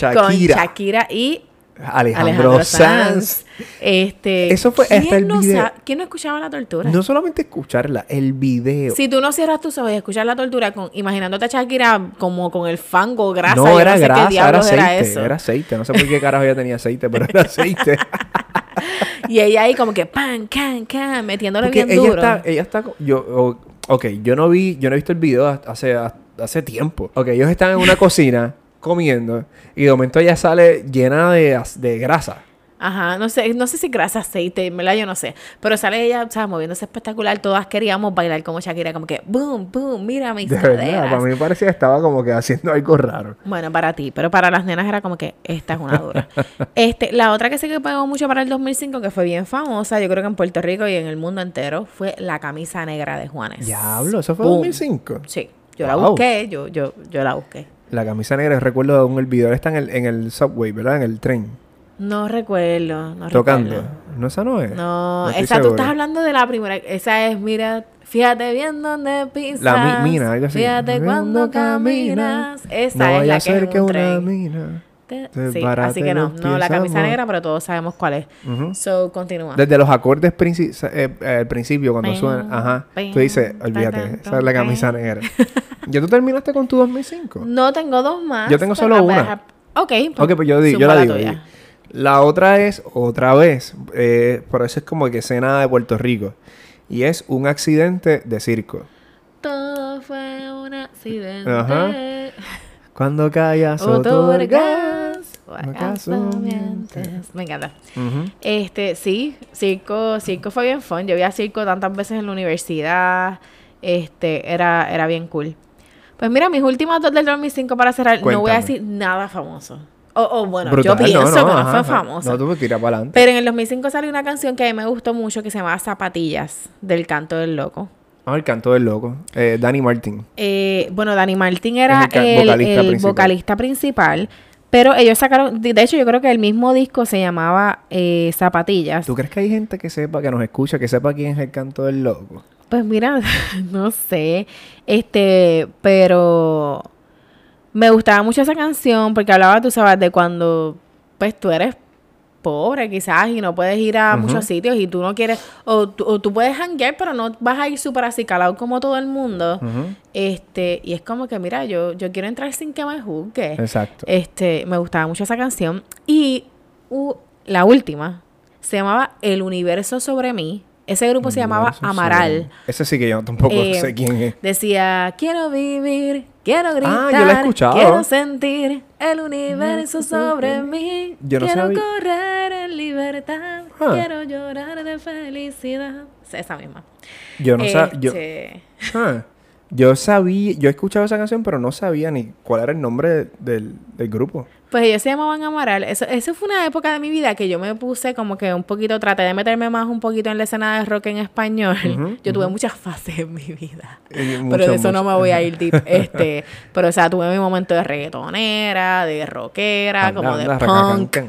S2: Con
S1: Shakira.
S2: Shakira y
S1: Alejandro,
S2: Alejandro
S1: Sanz.
S2: Sanz. Este,
S1: Eso fue
S2: ¿quién
S1: hasta el
S2: no
S1: video.
S2: sa- ¿Quién no escuchaba La Tortura?
S1: No solamente escucharla, el video.
S2: Si tú no cierras tus ojos y escuchas La Tortura, con, imaginándote a Shakira como con el fango, grasa, yo
S1: no era
S2: sé qué
S1: grasa, era
S2: diablos
S1: aceite. Era,
S2: eso.
S1: aceite. No sé por qué carajo ella tenía aceite, pero era aceite.
S2: Y ella ahí como que pan, can, can, metiéndole
S1: Porque
S2: bien
S1: ella
S2: duro.
S1: está, eh, ella está, co- yo, o- ok, yo no vi, yo no he visto el video ha- hace, ha- hace tiempo. Ok, ellos están en una cocina comiendo y de momento ella sale llena de, ac- de grasa.
S2: Ajá, no sé, no sé si grasa, aceite, en ¿verdad? Yo no sé. Pero sale ella, o sea, moviéndose espectacular. Todas queríamos bailar como Shakira, como que boom, boom, mira mis
S1: De verdad,
S2: caderas.
S1: para mí me parecía que estaba como que haciendo algo raro.
S2: Bueno, para ti, pero para las nenas era como que esta es una dura. este, la otra que sí que pegó mucho para el 2005, que fue bien famosa, yo creo que en Puerto Rico y en el mundo entero, fue la camisa negra de Juanes.
S1: Diablo, eso fue
S2: Boom.
S1: 2005.
S2: Sí, yo la
S1: Wow.
S2: busqué, yo, yo, yo la busqué.
S1: La camisa negra, recuerdo aún el video, está en el, en el subway, ¿verdad? En el tren,
S2: No recuerdo, no
S1: tocando.
S2: recuerdo.
S1: No, esa no es.
S2: No,
S1: estoy
S2: esa tú
S1: seguro.
S2: estás hablando de la primera, esa es, mira, fíjate bien dónde pisas.
S1: La mi- mina, algo así.
S2: Fíjate cuando caminas. Esa
S1: no
S2: es
S1: vaya
S2: la
S1: a
S2: que es
S1: ser
S2: en
S1: que
S2: un
S1: una
S2: tren.
S1: mina.
S2: Te-
S1: Te
S2: Sí,
S1: barate
S2: así que no,
S1: los
S2: no, la
S1: pies,
S2: camisa
S1: amor.
S2: negra, pero todos sabemos cuál es.
S1: Ujú.
S2: So, continúa.
S1: Desde los acordes princi- sa- eh, eh, al principio, cuando
S2: Ping,
S1: suenan, ajá,
S2: ping,
S1: tú dices,
S2: tan,
S1: olvídate,
S2: tan,
S1: esa es la
S2: tan,
S1: camisa
S2: tan.
S1: negra. ¿Ya tú terminaste con tu 2005?
S2: No tengo dos más.
S1: Yo tengo
S2: pero
S1: solo
S2: las voy a
S1: una.
S2: dejar- Ok,
S1: Ok, pues yo, di- yo
S2: zumba
S1: la digo.
S2: tuya.
S1: di- La otra es, otra vez, eh, por eso es como que escena de Puerto Rico. Y es un accidente de circo.
S2: Todo fue un accidente.
S1: Ajá. Cuando callas, otorgas.
S2: Otorgas. o acaso mientes. Me encanta.
S1: Ujú.
S2: Este, sí, circo, circo fue bien fun. Yo vi a circo tantas veces en la universidad. Este, era, era bien cool. Pues mira, mis últimas dos del 2005 para cerrar, no voy a
S1: Cuéntame.
S2: decir nada famoso. O, o bueno,
S1: Brutal,
S2: yo pienso que no
S1: ajá,
S2: fue famoso.
S1: No, tú me tiras para adelante.
S2: Pero en el 2005 salió una canción que a mí me gustó mucho que se llamaba Zapatillas, del canto del loco.
S1: Ah, el canto del loco. Eh, Danny Martin.
S2: Eh, bueno, Dani Martín era
S1: Es el ca-
S2: el,
S1: vocalista
S2: el
S1: principal.
S2: vocalista principal, pero ellos sacaron, de de hecho yo creo que el mismo disco se llamaba eh, Zapatillas.
S1: ¿Tú crees que hay gente que sepa, que nos escucha, que sepa quién es el canto del loco?
S2: Pues mira, no sé, este, pero me gustaba mucho esa canción porque hablaba, tú sabes, de cuando pues tú eres pobre quizás y no puedes ir a
S1: Ujú.
S2: muchos sitios y tú no quieres, o, tú- o tú puedes hanguear pero no vas a ir súper acicalado como todo el mundo.
S1: Ujú.
S2: Este, y es como que, mira, yo, yo quiero entrar sin que me juzgue.
S1: Exacto.
S2: Este, me gustaba mucho esa canción. Y u- la última se llamaba El Universo sobre mí. Ese grupo se llamaba
S1: Universo
S2: Amaral.
S1: Sobre- Ese sí que yo tampoco
S2: Eh,
S1: sé quién es.
S2: Decía, quiero vivir, quiero
S1: Ah,
S2: gritar,
S1: yo la he escuchado. Mm,
S2: quiero sentir el universo sobre mí,
S1: Yo no
S2: quiero
S1: sabía.
S2: correr en libertad,
S1: Ah.
S2: quiero llorar de felicidad. Esa misma.
S1: Yo no sabía. Yo,
S2: Este,
S1: Ah, yo sabía, yo he escuchado esa canción, pero no sabía ni cuál era el nombre de- del, del grupo.
S2: Pues ellos se llamaban Amaral. Eso, eso fue una época de mi vida que yo me puse como que un poquito, traté de meterme más un poquito en la escena de rock en español.
S1: Ujú,
S2: yo tuve muchas fases en mi vida.
S1: Eh,
S2: pero
S1: mucho,
S2: de eso no
S1: mucho.
S2: me voy a ir deep. Este, pero o sea, tuve mi momento de reggaetonera, de rockera,
S1: Anda,
S2: como de
S1: anda,
S2: punk.
S1: racacancán.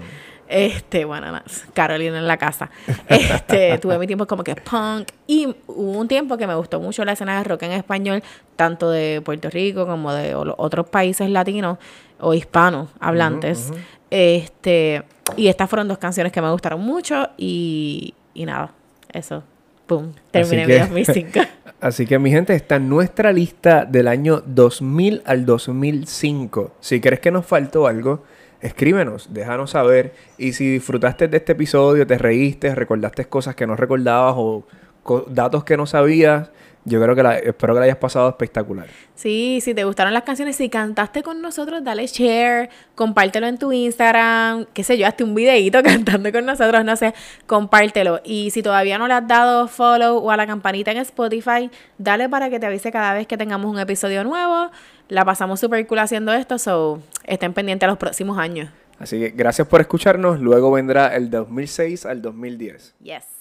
S2: Este, bueno, na- Carolina en la casa. Este, tuve mi tiempo como que punk. Y hubo un tiempo que me gustó mucho la escena de rock en español, tanto de Puerto Rico como de o- otros países latinos o hispanos hablantes. Este, y estas fueron dos canciones que me gustaron mucho. Y, y nada, eso. Pum. Terminé
S1: Así
S2: mi
S1: que-
S2: 2005.
S1: Así que mi gente, está en nuestra lista del año 2000 al 2005. Si crees que nos faltó algo, escríbenos, déjanos saber. Y si disfrutaste de este episodio, te reíste, recordaste cosas que no recordabas o co- datos que no sabías, Yo creo que la, espero que la hayas pasado espectacular.
S2: Sí, si te gustaron las canciones, si cantaste con nosotros, dale share, compártelo en tu Instagram, qué sé yo, hazte un videíto cantando con nosotros, no sé, compártelo. Y si todavía no le has dado follow o a la campanita en Spotify, dale para que te avise cada vez que tengamos un episodio nuevo. La pasamos super cool haciendo esto, so estén pendientes a los próximos años.
S1: Así que gracias por escucharnos. Luego vendrá el 2006 al 2010.
S2: Yes.